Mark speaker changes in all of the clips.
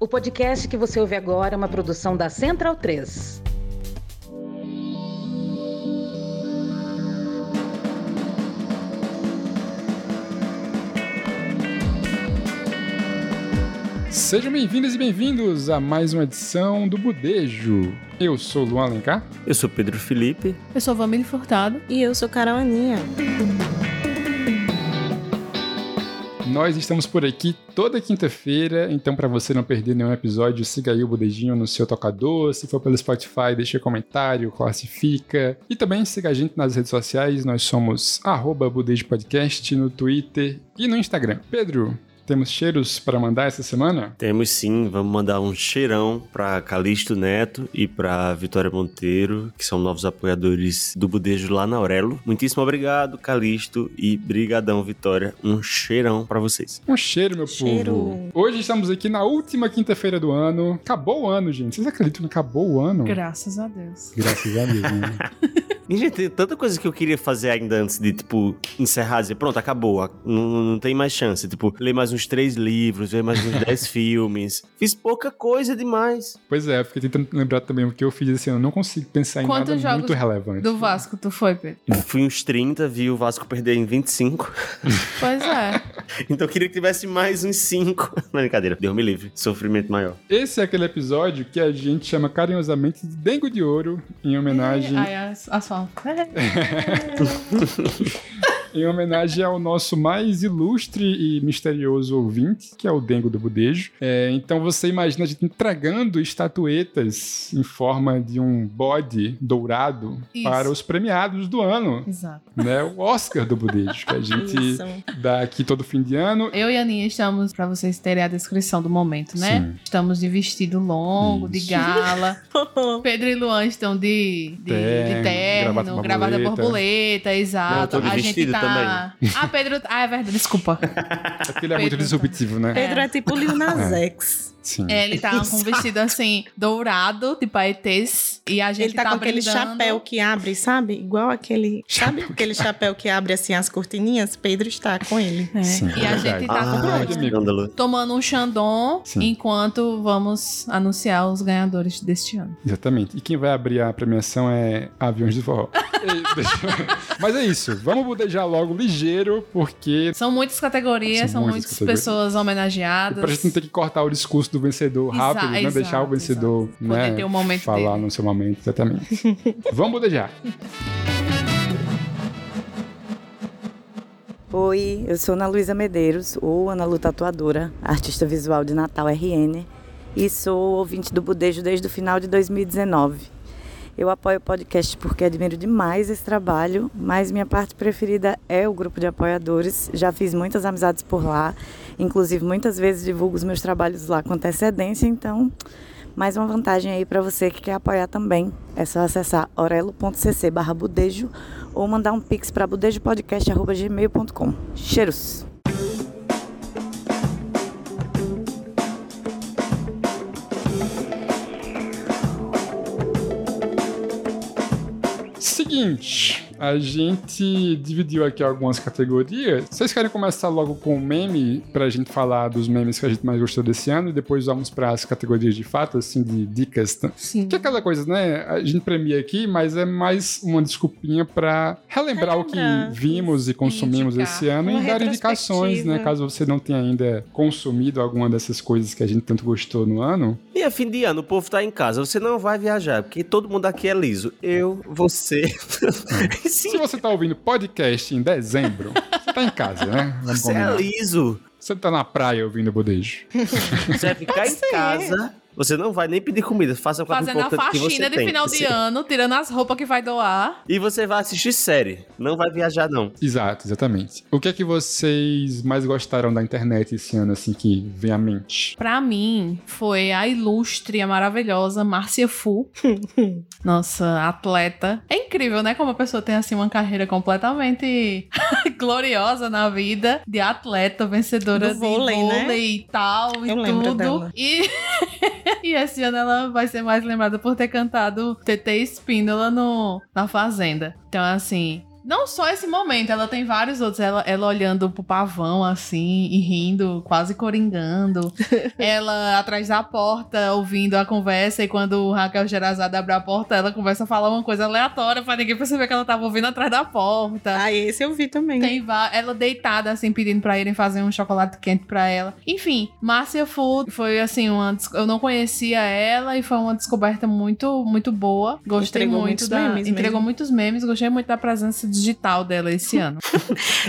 Speaker 1: O podcast que você ouve agora é uma produção da Central 3.
Speaker 2: Sejam bem-vindas e bem-vindos a mais uma edição do Budejo. Eu sou o Luan Alencar.
Speaker 3: Eu sou Pedro Felipe.
Speaker 4: Eu sou Vamile Furtado.
Speaker 5: E eu sou Carol Aninha.
Speaker 2: Nós estamos por aqui toda quinta-feira, então para você não perder nenhum episódio, siga aí o Budejinho no seu tocador, se for pelo Spotify, deixa comentário, classifica. E também siga a gente nas redes sociais, nós somos arroba Budejo Podcast no Twitter e no Instagram. Pedro, temos cheiros para mandar essa semana?
Speaker 3: Temos sim, vamos mandar um cheirão para Calixto Neto e para Vitória Monteiro, que são novos apoiadores do Budejo lá na Aurelo. Muitíssimo obrigado, Calixto e brigadão, Vitória. Um cheirão para vocês.
Speaker 2: Um cheiro, meu
Speaker 5: Cheiro.
Speaker 2: povo. Hoje estamos aqui na última quinta-feira do ano. Acabou o ano, gente. Vocês acreditam que acabou o ano?
Speaker 4: Graças a Deus.
Speaker 2: Graças a Deus. né?
Speaker 3: E, gente, tem tanta coisa que eu queria fazer ainda antes de, tipo, encerrar, dizer, pronto, acabou, a- não, não tem mais chance. Tipo, ler mais uns três livros, ver mais uns dez filmes. Fiz pouca coisa demais.
Speaker 2: pois é, eu fiquei tentando lembrar também o que eu fiz esse ano. Eu Não consigo pensar em nada
Speaker 4: Quantos jogos
Speaker 2: muito relevante.
Speaker 4: Do Vasco, tu foi, Pedro?
Speaker 3: Fui uns 30, vi o Vasco perder em 25.
Speaker 4: Pois é.
Speaker 3: Então eu queria que tivesse mais uns 5. Não, brincadeira. Deus me livre. Sofrimento maior.
Speaker 2: Esse é aquele episódio que a gente chama carinhosamente de Dengo de Ouro, em homenagem,
Speaker 4: Aí as, as né? falam.
Speaker 2: em homenagem ao nosso mais ilustre e misterioso ouvinte, que é o Dengo do Budejo. É, então você imagina a gente entregando estatuetas em forma de um bode dourado
Speaker 4: Isso.
Speaker 2: para os premiados do ano,
Speaker 4: Exato.
Speaker 2: né? O Oscar do Budejo, que a gente
Speaker 5: Isso.
Speaker 2: dá aqui todo fim de ano.
Speaker 4: Eu e a Aninha estamos, pra vocês terem a descrição do momento, né?
Speaker 2: Sim.
Speaker 4: Estamos de vestido longo, de
Speaker 2: Isso.
Speaker 4: gala. Pedro e Luan estão de, de,
Speaker 2: Terno,
Speaker 4: de terno,
Speaker 2: gravata
Speaker 4: gravata
Speaker 2: borboleta.
Speaker 4: borboleta, exato.
Speaker 3: Eu tô de
Speaker 4: a gente
Speaker 3: vestido
Speaker 4: tá.
Speaker 3: também.
Speaker 4: Ah, Pedro. Ah, é verdade, desculpa.
Speaker 2: É porque ele é muito
Speaker 4: Pedro, tá.
Speaker 2: disruptivo, né?
Speaker 5: Pedro é tipo o Lil Nas X.
Speaker 2: Sim.
Speaker 4: É, ele tá com um
Speaker 5: Exato.
Speaker 4: vestido assim, dourado, de paetês. E a gente
Speaker 5: Ele tá, com aquele
Speaker 4: brindando.
Speaker 5: chapéu que abre, sabe? Igual aquele. Sabe aquele chapéu que abre assim as cortininhas? Pedro está com ele.
Speaker 4: É,
Speaker 2: Sim,
Speaker 4: e a
Speaker 2: verdade.
Speaker 4: gente tá com
Speaker 2: Ah,
Speaker 4: com
Speaker 2: que amigo.
Speaker 3: escândalo.
Speaker 4: tomando um Xandon
Speaker 2: Sim.
Speaker 4: enquanto vamos anunciar os ganhadores deste ano.
Speaker 2: Exatamente. E quem vai abrir a premiação é Aviões do Forró. E deixa- Mas é isso. Vamos budejar logo ligeiro, porque
Speaker 4: São muitas categorias,
Speaker 2: São
Speaker 4: são,
Speaker 2: muitas
Speaker 4: muitas,
Speaker 2: categorias.
Speaker 4: pessoas homenageadas.
Speaker 2: pra gente não ter que cortar o discurso do vencedor
Speaker 4: Exa-
Speaker 2: rápido, né?
Speaker 4: exato,
Speaker 2: Deixar o vencedor
Speaker 4: exato. Poder
Speaker 2: né,
Speaker 4: ter o momento
Speaker 2: falar
Speaker 4: dele.
Speaker 2: no seu momento, exatamente. Vamos budejar.
Speaker 6: Oi, eu sou Ana Luísa Medeiros, ou Ana Lu Tatuadora, artista visual de Natal RN, e sou ouvinte do Budejo desde o final de 2019. Eu apoio o podcast porque admiro demais esse trabalho, mas minha parte preferida é o grupo de apoiadores. Já fiz muitas amizades por lá, inclusive muitas vezes divulgo os meus trabalhos lá com antecedência, então mais uma vantagem aí para você que quer apoiar também. É só acessar orelo.cc barra budejo ou mandar um pix para budejopodcast.gmail.com. Cheiros!
Speaker 2: Seguinte, a gente dividiu aqui algumas categorias. Vocês querem começar logo com o meme, pra gente falar dos memes que a gente mais gostou desse ano, e depois vamos para as categorias de fato, assim, de dicas t-
Speaker 4: Sim.
Speaker 2: Que é aquela coisa, né? A gente premia aqui, mas é mais uma desculpinha pra relembrar o que
Speaker 5: Relembrar.
Speaker 2: vimos e consumimos
Speaker 4: indicar.
Speaker 2: esse ano
Speaker 5: Uma
Speaker 2: e dar indicações, né?
Speaker 5: retrospectiva.
Speaker 2: Caso você não tenha ainda consumido alguma dessas coisas que a gente tanto gostou no ano.
Speaker 3: E é fim de ano, o povo tá em casa. Você não vai viajar, porque todo mundo aqui é liso. Eu, você.
Speaker 2: Se
Speaker 3: Sim,
Speaker 2: você tá ouvindo podcast em dezembro, você tá em casa, né? Vamos
Speaker 3: você é
Speaker 2: combinar.
Speaker 3: liso.
Speaker 2: Você tá na praia ouvindo bodejo.
Speaker 3: Você vai ficar em casa. Você não vai nem pedir comida. Faça com a
Speaker 4: Fazendo a
Speaker 3: pipoca que você
Speaker 4: faxina de
Speaker 3: tem.
Speaker 4: final de
Speaker 3: Você-
Speaker 4: ano, tirando as roupas que vai doar.
Speaker 3: E você vai assistir série. Não vai viajar, não.
Speaker 2: Exato, exatamente. O que é que vocês mais gostaram da internet esse ano, assim, que vem à mente?
Speaker 4: Pra mim, foi a ilustre, a maravilhosa Márcia Fu. Nossa, atleta. É incrível, né? Como a pessoa tem, assim, uma carreira completamente gloriosa na vida. De atleta, vencedora
Speaker 5: Do
Speaker 4: de
Speaker 5: vôlei, né?
Speaker 4: vôlei e tal e
Speaker 5: Eu
Speaker 4: tudo.
Speaker 5: lembro dela.
Speaker 4: E... e esse ano ela vai ser mais lembrada por ter cantado TT Espíndola no... na Fazenda. Então, assim... Não só esse momento, ela tem vários outros. Ela, ela olhando pro pavão, assim, e rindo, quase coringando. ela atrás da porta, ouvindo a conversa. E quando o Raquel Gerazada abre a porta, ela começa a falar uma coisa aleatória pra ninguém perceber que ela tava ouvindo atrás da porta.
Speaker 5: Ah, esse eu vi também.
Speaker 4: Tem va- ela deitada, assim, pedindo pra irem fazer um chocolate quente pra ela. Enfim, Márcia Fu foi, assim, uma... des- eu não conhecia ela e foi uma descoberta muito, muito boa. Gostei
Speaker 5: Entregou
Speaker 4: muito
Speaker 5: muitos
Speaker 4: da...
Speaker 5: memes
Speaker 4: entregou
Speaker 5: mesmo.
Speaker 4: muitos memes, gostei muito da presença digital dela esse ano.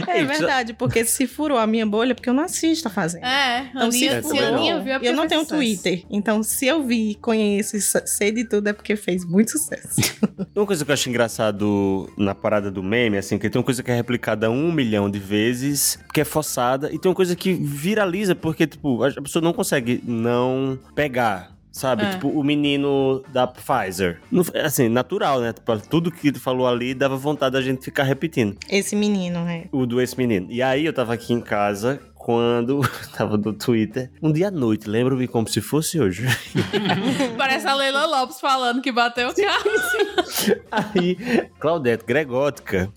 Speaker 5: É verdade, porque se furou a minha bolha, porque eu não assisto a Fazenda.
Speaker 4: é,
Speaker 5: Então, se
Speaker 4: Aninha, se
Speaker 5: furou,
Speaker 4: Aninha viu, é porque
Speaker 5: eu não
Speaker 4: fez
Speaker 5: tenho
Speaker 4: sucesso.
Speaker 5: Twitter. Então, se eu vi, conheço e sa- sei de tudo, é porque fez muito sucesso.
Speaker 3: Uma coisa que eu acho engraçado na parada do meme, assim, que tem uma coisa que é replicada um milhão de vezes, que é forçada, e tem uma coisa que viraliza, porque, tipo, a a pessoa não consegue não pegar. Sabe?
Speaker 4: É.
Speaker 3: Tipo, o menino da Pfizer. No- Assim, natural, né? Tipo, tudo que tu falou ali dava vontade da gente ficar repetindo.
Speaker 5: Esse menino, né?
Speaker 3: O do ex-menino. E aí eu tava aqui em casa quando. tava no Twitter. Um dia à noite, lembro-me como se fosse hoje.
Speaker 4: Parece a Leila Lopes falando que bateu o carro.
Speaker 3: Aí, Claudete Gregótica.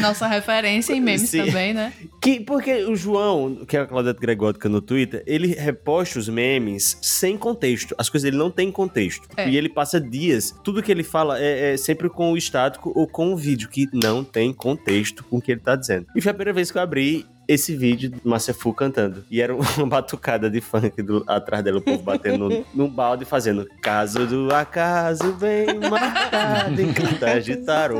Speaker 4: Nossa referência em memes
Speaker 3: Sim.
Speaker 4: também, né?
Speaker 3: Que, porque o João, que é a Claudete Gregótica no Twitter, ele reposta os memes sem contexto. As coisas ele não tem contexto.
Speaker 4: É.
Speaker 3: E ele passa dias. Tudo que ele fala é, é sempre com o estático ou com o vídeo, que não tem contexto com o que ele tá dizendo. E foi a primeira vez que eu abri esse vídeo do Márcia Fu cantando. E era uma batucada de funk do- atrás dela, o povo batendo no- num balde e fazendo Caso do acaso bem marcado em cartas de tarô.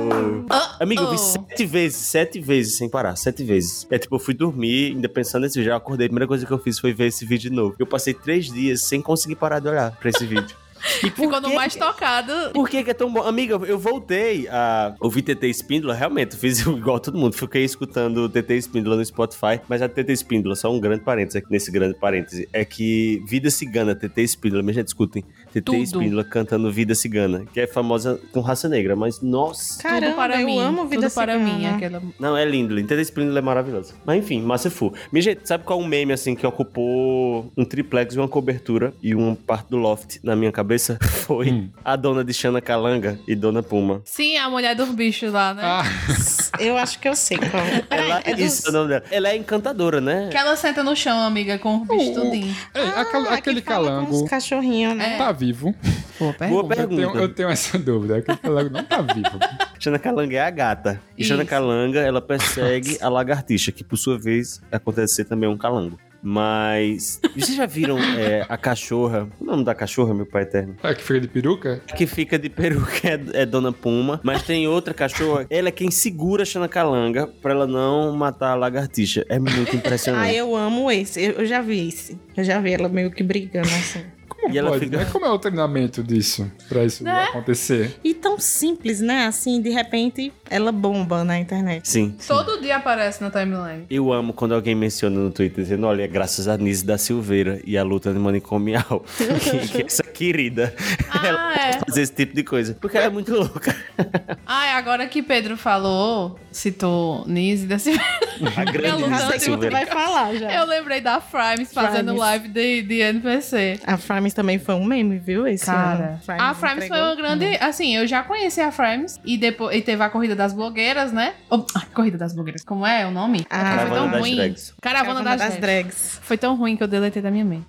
Speaker 3: Amigo, eu vi
Speaker 4: Oh.
Speaker 3: sete vezes, sete vezes sem parar, sete vezes. É tipo, eu fui dormir, ainda pensando nesse vídeo, eu acordei, a primeira coisa que eu fiz foi ver esse vídeo de novo. Eu passei três dias sem conseguir parar de olhar pra esse vídeo. E por
Speaker 4: Ficou no
Speaker 3: que-
Speaker 4: mais tocado.
Speaker 3: Por que, que é tão bom? Amiga, eu voltei a ouvir TT Espíndola, realmente, eu fiz igual a todo mundo. Fiquei escutando TT Espíndola no Spotify, mas a TT Espíndola, só um grande parêntese aqui, nesse grande parêntese, é que Vida Cigana, TT Espíndola, mas já discutem. TT
Speaker 4: Tudo.
Speaker 3: Espíndola cantando Vida Cigana, que é famosa com raça negra, mas nossa.
Speaker 5: Caramba,
Speaker 4: tudo para
Speaker 5: eu
Speaker 4: mim.
Speaker 5: amo vida
Speaker 4: tudo para
Speaker 5: cigana.
Speaker 4: mim. Aquela...
Speaker 3: Não, é lindo. Entenda esse é maravilhoso. Mas enfim, massa fu. Minha gente, sabe qual é um meme assim que ocupou um triplex e uma cobertura e uma parte do loft na minha cabeça? Foi
Speaker 2: Hum.
Speaker 3: a dona de Xana Calanga e Dona Puma.
Speaker 4: Sim, a mulher dos bichos lá, né?
Speaker 2: Ah,
Speaker 5: Eu acho que eu sei qual.
Speaker 3: Ela é,
Speaker 5: dos-
Speaker 3: isso, é o nome dela. Ela é encantadora, né?
Speaker 4: Que ela senta no chão, amiga, com os bichos
Speaker 5: Uh.
Speaker 4: tudinho.
Speaker 2: ei,
Speaker 5: Ah,
Speaker 2: aquel-
Speaker 5: que
Speaker 2: aquele
Speaker 5: fala com
Speaker 2: calango
Speaker 5: Os cachorrinhos, né?
Speaker 2: tá vivo.
Speaker 3: Boa
Speaker 4: Pô, pergunta.
Speaker 2: É, Eu
Speaker 3: pergunta.
Speaker 2: tenho, eu tenho essa dúvida. Aquele calango não tá vivo.
Speaker 3: Xana Calanga é a gata. E
Speaker 4: Isso.
Speaker 3: Xana Calanga, ela persegue a lagartixa, que por sua vez acontece ser também um calango. Mas. Vocês já viram é, a cachorra? O nome da cachorra, meu pai eterno?
Speaker 2: É que fica de peruca?
Speaker 3: que fica de peruca é, é Dona Puma, mas tem outra cachorra, ela é quem segura a Xana Calanga pra ela não matar a lagartixa. É muito
Speaker 5: Ah,
Speaker 3: impressionante.
Speaker 5: eu amo esse. Eu, eu já vi esse. Eu já vi ela meio que brigando assim.
Speaker 2: Como
Speaker 3: E ela
Speaker 2: pode,
Speaker 3: fica-
Speaker 2: né? Como é o treinamento disso? Pra isso
Speaker 4: Né?
Speaker 2: acontecer?
Speaker 5: E tão simples, né? Assim, de repente, ela bomba na internet.
Speaker 3: Sim.
Speaker 4: Todo dia aparece na timeline.
Speaker 3: Eu amo quando alguém menciona no Twitter dizendo: olha, é graças a Nise da Silveira e a luta manicomial. que, que essa querida
Speaker 4: Ah, é.
Speaker 3: faz esse tipo de coisa. Porque ela é muito louca.
Speaker 4: Ah, é agora que Pedro falou, citou Nise desse.
Speaker 3: A grande Nise
Speaker 4: Ela luta
Speaker 3: da
Speaker 5: Rafa, tu
Speaker 3: Silveira.
Speaker 5: vai falar já.
Speaker 4: Eu lembrei da Frimes fazendo
Speaker 5: Frimes.
Speaker 4: live de, de NPC.
Speaker 5: A Frames também foi um meme, viu? Esse ano.
Speaker 4: Cara, a Frames foi
Speaker 5: entregou.
Speaker 4: uma grande. Assim, eu já conheci a Frames e depois e teve a Corrida das Blogueiras, né? Oh, ah, Corrida das Blogueiras, como é o nome?
Speaker 5: Ah,
Speaker 4: Porque foi tão
Speaker 3: Caravana das
Speaker 4: ruim.
Speaker 3: Drags.
Speaker 4: Caravana, das, drags.
Speaker 5: drags.
Speaker 4: Foi tão ruim que eu deletei da minha mente.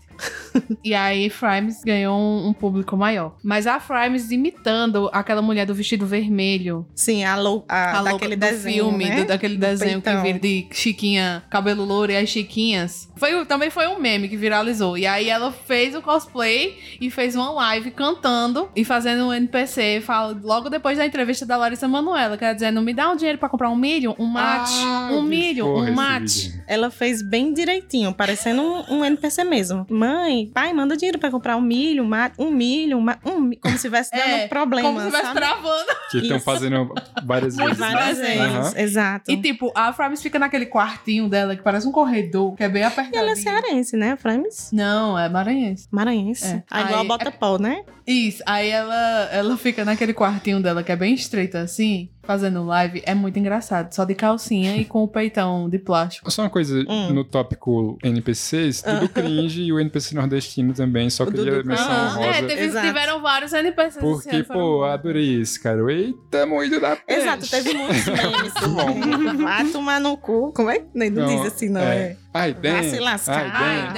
Speaker 4: e aí, Frames ganhou um, um público maior. Mas a Frames imitando aquela mulher do vestido vermelho.
Speaker 5: Sim, a, lou, a,
Speaker 4: a louca
Speaker 5: Ah, daquele
Speaker 4: do
Speaker 5: desenho,
Speaker 4: filme,
Speaker 5: né? Então.
Speaker 4: do- daquele
Speaker 5: Do
Speaker 4: desenho que
Speaker 5: peitão.
Speaker 4: vira de Chiquinha, cabelo louro e as Chiquinhas. Foi, o- também foi um meme que viralizou. E aí ela fez o cosplay e fez uma live cantando e fazendo um NPC. Fala, logo depois da entrevista da Larissa Manoela, quer dizer, não me dá um dinheiro pra comprar um milho, um mate,
Speaker 2: Ah,
Speaker 4: um
Speaker 2: que
Speaker 4: milho,
Speaker 2: porra
Speaker 4: um
Speaker 2: esse
Speaker 4: mate.
Speaker 2: vídeo.
Speaker 5: Ela fez bem direitinho, parecendo um, um NPC mesmo. Mãe, pai, manda dinheiro pra comprar um milho, um ma- um milho, um, ma- um mi- como se estivesse dando
Speaker 4: É,
Speaker 5: problema,
Speaker 4: Como se estivesse
Speaker 5: sabe?
Speaker 4: travando.
Speaker 2: Que estão
Speaker 5: Isso.
Speaker 2: fazendo várias
Speaker 4: Muito
Speaker 2: vezes. né?
Speaker 5: Vários
Speaker 4: desenhos.
Speaker 2: Aham.
Speaker 5: desenhos, exato.
Speaker 4: E tipo, a Frames fica naquele quartinho dela que parece um corredor, que é bem
Speaker 5: E
Speaker 4: apertadinho.
Speaker 5: ela é cearense, né, Frames?
Speaker 4: Não, é maranhense.
Speaker 5: Maranhense.
Speaker 4: É.
Speaker 5: Ah, igual
Speaker 4: Aí-
Speaker 5: a Bota Pau, né?
Speaker 4: Isso, aí ela, ela fica naquele quartinho dela que é bem estreito assim. fazendo live é muito engraçado. Só de calcinha e com o peitão de plástico.
Speaker 2: Só uma coisa,
Speaker 5: Hum.
Speaker 2: no tópico NPCs, tudo cringe e o NPC nordestino também, só
Speaker 5: O
Speaker 2: queria
Speaker 5: Dudu
Speaker 2: menção
Speaker 5: Aham.
Speaker 2: honrosa.
Speaker 4: é, teve,
Speaker 5: Exato.
Speaker 4: tiveram vários NPCs. esse
Speaker 2: Porque,
Speaker 4: ano, foram
Speaker 2: pô,
Speaker 4: bons.
Speaker 2: adorei isso, cara. Eita, moído da
Speaker 4: é.
Speaker 2: peste.
Speaker 5: Exato, tá, teve muitos memes.
Speaker 2: Muito
Speaker 5: Vai tomar no cu. Como é? Não, não diz assim, não. É.
Speaker 2: Então, Ai,
Speaker 5: Vai
Speaker 2: dentro.
Speaker 5: se lascar.
Speaker 2: Né?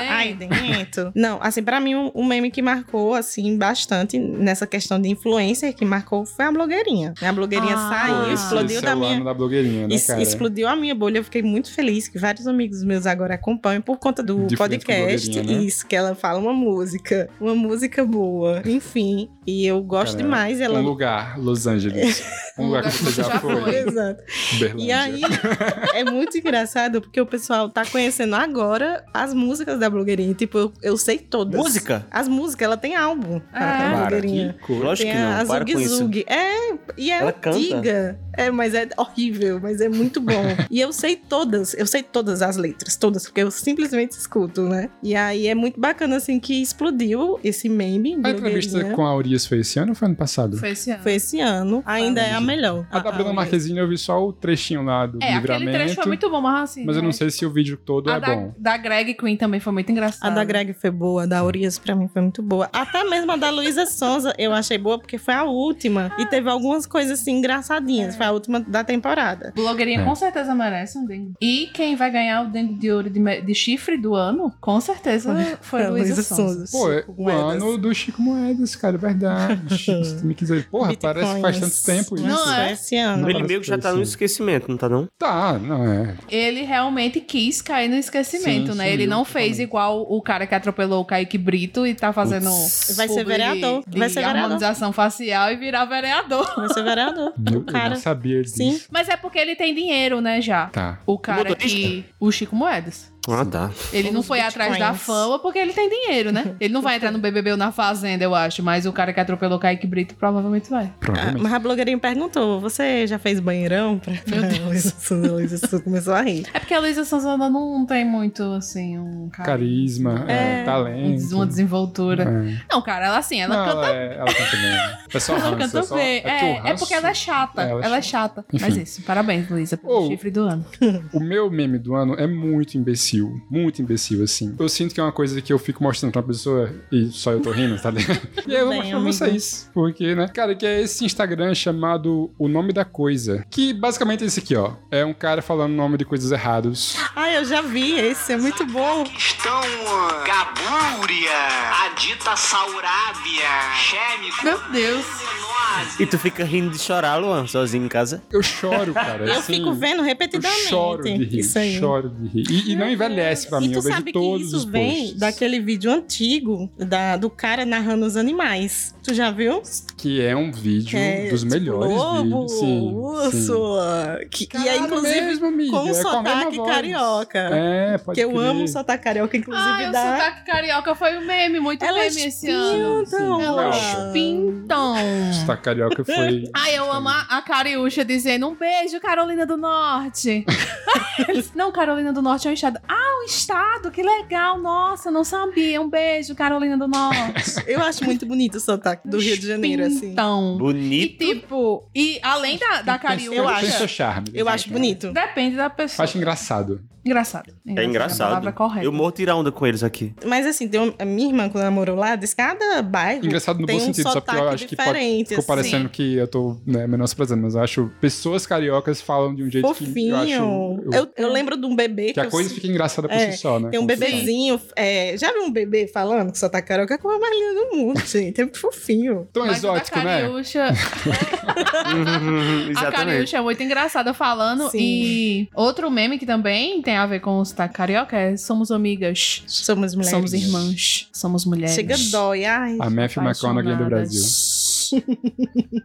Speaker 2: Ai, dentro.
Speaker 5: Ai, dentro. Não, assim, pra mim, um, um meme que marcou, assim, bastante nessa questão de influencer que marcou foi a blogueirinha. A blogueirinha
Speaker 4: Ah.
Speaker 5: saiu,
Speaker 4: Pô,
Speaker 2: Esse
Speaker 5: explodiu
Speaker 2: é
Speaker 5: da
Speaker 2: o
Speaker 5: minha...
Speaker 2: ano da blogueirinha, né,
Speaker 5: Isso-
Speaker 2: cara?
Speaker 5: Explodiu a minha bolha. Eu fiquei muito feliz que vários amigos meus agora acompanham por conta do
Speaker 2: De frente com
Speaker 5: podcast.
Speaker 2: blogueirinha, né?
Speaker 5: Isso, que ela fala uma música. Uma música boa. Enfim. E eu gosto
Speaker 2: Cara,
Speaker 5: demais. Ela.
Speaker 2: Um lugar, Los Angeles. Um lugar que você já foi.
Speaker 5: Exato. E
Speaker 2: Berlândia.
Speaker 5: aí, é muito engraçado porque o pessoal tá conhecendo agora as músicas da blogueirinha. Tipo, eu, eu sei todas.
Speaker 3: Música?
Speaker 5: As músicas, ela tem álbum.
Speaker 4: Ah.
Speaker 5: a
Speaker 2: Para,
Speaker 5: blogueirinha.
Speaker 2: que coisa.
Speaker 3: Lógico
Speaker 5: É. Tem
Speaker 3: que não,
Speaker 5: a
Speaker 3: para com
Speaker 5: Zug
Speaker 3: isso.
Speaker 5: Zug. É, e é
Speaker 3: Ela canta.
Speaker 5: antiga. É, mas é horrível, mas é muito bom. e eu sei todas, eu sei todas as letras, todas, porque eu simplesmente escuto, né? E aí é muito bacana, assim, que explodiu esse meme.
Speaker 2: é A entrevista
Speaker 5: blogueirinha.
Speaker 2: com a Aurias foi esse ano ou foi ano passado?
Speaker 4: Foi esse ano.
Speaker 5: Foi esse ano, ainda é a melhor.
Speaker 2: A da Bruna Marquezine eu vi só o trechinho lá do
Speaker 4: É, aquele
Speaker 2: livramento.
Speaker 4: trecho foi muito bom, mas assim.
Speaker 2: Mas eu não
Speaker 4: né?
Speaker 2: sei se o vídeo todo
Speaker 4: A
Speaker 2: é
Speaker 4: da,
Speaker 2: bom.
Speaker 4: da Greg Queen também foi muito
Speaker 5: A
Speaker 4: engraçada.
Speaker 5: da Greg foi boa, a da Urias pra mim foi muito boa. Até mesmo a da Luísa Sonza eu achei boa porque foi a última. E teve algumas coisas assim
Speaker 4: É.
Speaker 5: engraçadinhas. Foi a última da temporada.
Speaker 4: Blogueirinha
Speaker 2: É.
Speaker 4: com certeza merece um dengue. E quem vai ganhar o dengue de ouro de, me- de chifre do ano, com certeza foi
Speaker 5: a
Speaker 4: Luísa Sonza.
Speaker 2: Pô, é
Speaker 5: Chico
Speaker 2: o
Speaker 5: Moedas.
Speaker 2: ano do Chico Moedas, cara, é verdade. Chico, se tu me quiser. Porra, parece que faz tanto
Speaker 5: Bitcoins.
Speaker 2: tempo isso.
Speaker 4: Não é?
Speaker 5: Foi Esse ano.
Speaker 2: Não.
Speaker 3: Ele meio que já tá no esquecimento, não tá não?
Speaker 2: Tá, não é.
Speaker 4: Ele realmente quis cair no esquecimento,
Speaker 2: Sim,
Speaker 4: né?
Speaker 2: sumiu
Speaker 4: Ele não fez
Speaker 2: totalmente.
Speaker 4: igual o cara que atropelou o Kaique Brito e tá fazendo.
Speaker 3: Putz.
Speaker 5: Vai ser
Speaker 4: publi
Speaker 5: vereador.
Speaker 4: De
Speaker 5: Vai ser vereador.
Speaker 4: harmonização facial e virar vereador.
Speaker 5: Vai ser vereador.
Speaker 2: Meu,
Speaker 5: O
Speaker 2: eu não
Speaker 5: cara.
Speaker 2: sabia disso.
Speaker 5: Sim.
Speaker 4: Mas é porque ele tem dinheiro, né, já.
Speaker 2: Tá.
Speaker 4: O cara
Speaker 3: Motorista?
Speaker 4: que. O Chico Moedas.
Speaker 3: Ah, tá.
Speaker 4: Ele não
Speaker 5: Os
Speaker 4: foi atrás da
Speaker 5: bitcoins.
Speaker 4: fama porque ele tem dinheiro, né? Ele não vai entrar no BBB ou na Fazenda, eu acho. Mas o cara que atropelou Kaique Brito provavelmente vai.
Speaker 5: Ah,
Speaker 2: Provavelmente.
Speaker 5: mas a blogueirinha perguntou: você já fez banheirão pra
Speaker 4: Meu
Speaker 5: pra Luísa Sonza? A Luísa Sonza começou a rir.
Speaker 4: É porque a Luísa Sanzana não tem muito, assim, um cara-
Speaker 2: Carisma, é,
Speaker 5: É,
Speaker 4: um
Speaker 2: talento.
Speaker 4: des- Uma desenvoltura.
Speaker 2: É.
Speaker 4: Não, cara, ela assim, ela
Speaker 2: Não,
Speaker 4: canta.
Speaker 2: ela, é, ela canta bem. É só
Speaker 4: Ela
Speaker 2: ranço, é
Speaker 4: canta
Speaker 2: só-
Speaker 4: bem.
Speaker 2: que o
Speaker 4: É, é
Speaker 2: ranço-
Speaker 4: porque ela é chata.
Speaker 2: É, ela
Speaker 4: Ela
Speaker 2: é
Speaker 4: é, chata.
Speaker 2: Enfim.
Speaker 4: Mas isso, parabéns, Luísa, pelo
Speaker 2: Ou-
Speaker 4: chifre do ano.
Speaker 2: O meu meme do ano é muito imbecil. Muito imbecil, assim. Eu sinto que é uma coisa que eu fico mostrando pra uma pessoa e só eu tô rindo, tá ligado? e eu vou
Speaker 5: Bem,
Speaker 2: mostrar pra
Speaker 5: amigo.
Speaker 2: vocês. Porque, né? Cara, que é esse Instagram chamado O Nome da Coisa. Que basicamente é esse aqui, ó. É um cara falando o nome de coisas erradas.
Speaker 5: Ai, "Ah, eu já vi esse, é muito bom.
Speaker 7: Estão ah, Gabúria, Adita Saurábia, Xêmico,
Speaker 4: Meu Deus.
Speaker 7: Menose.
Speaker 3: E tu fica rindo de chorar, Luan, sozinho em casa?
Speaker 2: Eu choro, cara.
Speaker 5: Eu
Speaker 2: assim,
Speaker 5: fico vendo
Speaker 2: Eu
Speaker 5: repetidamente.
Speaker 2: choro de rir,
Speaker 5: isso aí.
Speaker 2: choro de rir. E, e não envelhece pra mim,
Speaker 5: e tu
Speaker 2: eu vejo
Speaker 5: sabe que
Speaker 2: todos os
Speaker 5: isso vem
Speaker 2: posts.
Speaker 5: daquele vídeo antigo da, do cara narrando os animais. Tu já viu?
Speaker 2: Que é um vídeo
Speaker 5: É,
Speaker 2: dos
Speaker 5: tipo,
Speaker 2: melhores
Speaker 5: lobo,
Speaker 2: vídeos. Sim, sim.
Speaker 5: urso. Que, e é
Speaker 2: Caralho
Speaker 5: inclusive
Speaker 2: mesmo, amiga,
Speaker 5: com um
Speaker 2: é a mesma
Speaker 5: sotaque
Speaker 2: voz.
Speaker 5: carioca.
Speaker 2: É, pode
Speaker 5: que eu
Speaker 2: crer.
Speaker 5: amo o sotaque carioca, inclusive
Speaker 4: Ai, Ah, o
Speaker 5: dá.
Speaker 4: sotaque carioca foi um meme, muito
Speaker 5: Ela é
Speaker 4: meme esse ano.
Speaker 5: espinha,
Speaker 2: Sim,
Speaker 4: Ela é
Speaker 2: não.
Speaker 5: Laura.
Speaker 4: pintam.
Speaker 2: O sotaque carioca foi...
Speaker 4: Ai, eu amo a a Cariúcha dizendo um beijo, Carolina do Norte. Eles, não, Carolina do Norte é um estado. Ah, um estado, que legal. Nossa, eu não sabia. Um beijo, Carolina do Norte.
Speaker 5: Eu acho muito bonito o sotaque do Rio de Janeiro, assim.
Speaker 4: Então. E
Speaker 3: Bonito.
Speaker 4: tipo, e além da, da Cariúcha.
Speaker 5: eu
Speaker 2: Tem
Speaker 5: acho.
Speaker 2: seu charme. né?
Speaker 5: Eu acho bonito.
Speaker 4: Depende da pessoa.
Speaker 2: Acho engraçado.
Speaker 4: Engraçado.
Speaker 3: É
Speaker 4: É a
Speaker 3: engraçado.
Speaker 4: palavra correta.
Speaker 3: Eu morro tirar onda com eles aqui.
Speaker 5: Mas assim, tem uma- a minha irmã, quando ela morou lá, disse que cada bairro
Speaker 2: Engraçado no
Speaker 5: tem
Speaker 2: bom
Speaker 5: um
Speaker 2: sentido, só porque eu
Speaker 5: sotaque
Speaker 2: acho que pode...
Speaker 5: diferente. assim.
Speaker 2: Ficou parecendo que eu tô né, menosprezando, mas eu acho pessoas cariocas falam de um jeito que eu acho.
Speaker 5: Fofinho.
Speaker 2: eu- É.
Speaker 5: Eu, eu lembro de um bebê
Speaker 2: que a coisa fica engraçada por
Speaker 5: É,
Speaker 2: si só, né?
Speaker 5: Tem um
Speaker 2: Como se fala.
Speaker 5: bebezinho. é, já viu um bebê falando que só tá carioca? É a coisa mais linda do mundo, gente. É muito fofinho.
Speaker 2: Tão
Speaker 4: Mas
Speaker 2: exótico,
Speaker 4: a da
Speaker 2: né?
Speaker 4: Cariúcha,
Speaker 3: Uhum,
Speaker 4: A
Speaker 3: Exatamente.
Speaker 4: Cariúcha é muito engraçada falando.
Speaker 5: Sim.
Speaker 4: E outro meme que também tem a ver com o sotaque carioca é Somos Amigas.
Speaker 5: Somos mulheres.
Speaker 4: Somos irmãs. Somos mulheres.
Speaker 5: Chega dói. Ai.
Speaker 2: A Matthew McConaughey do
Speaker 4: Apaixonada.
Speaker 2: Brasil.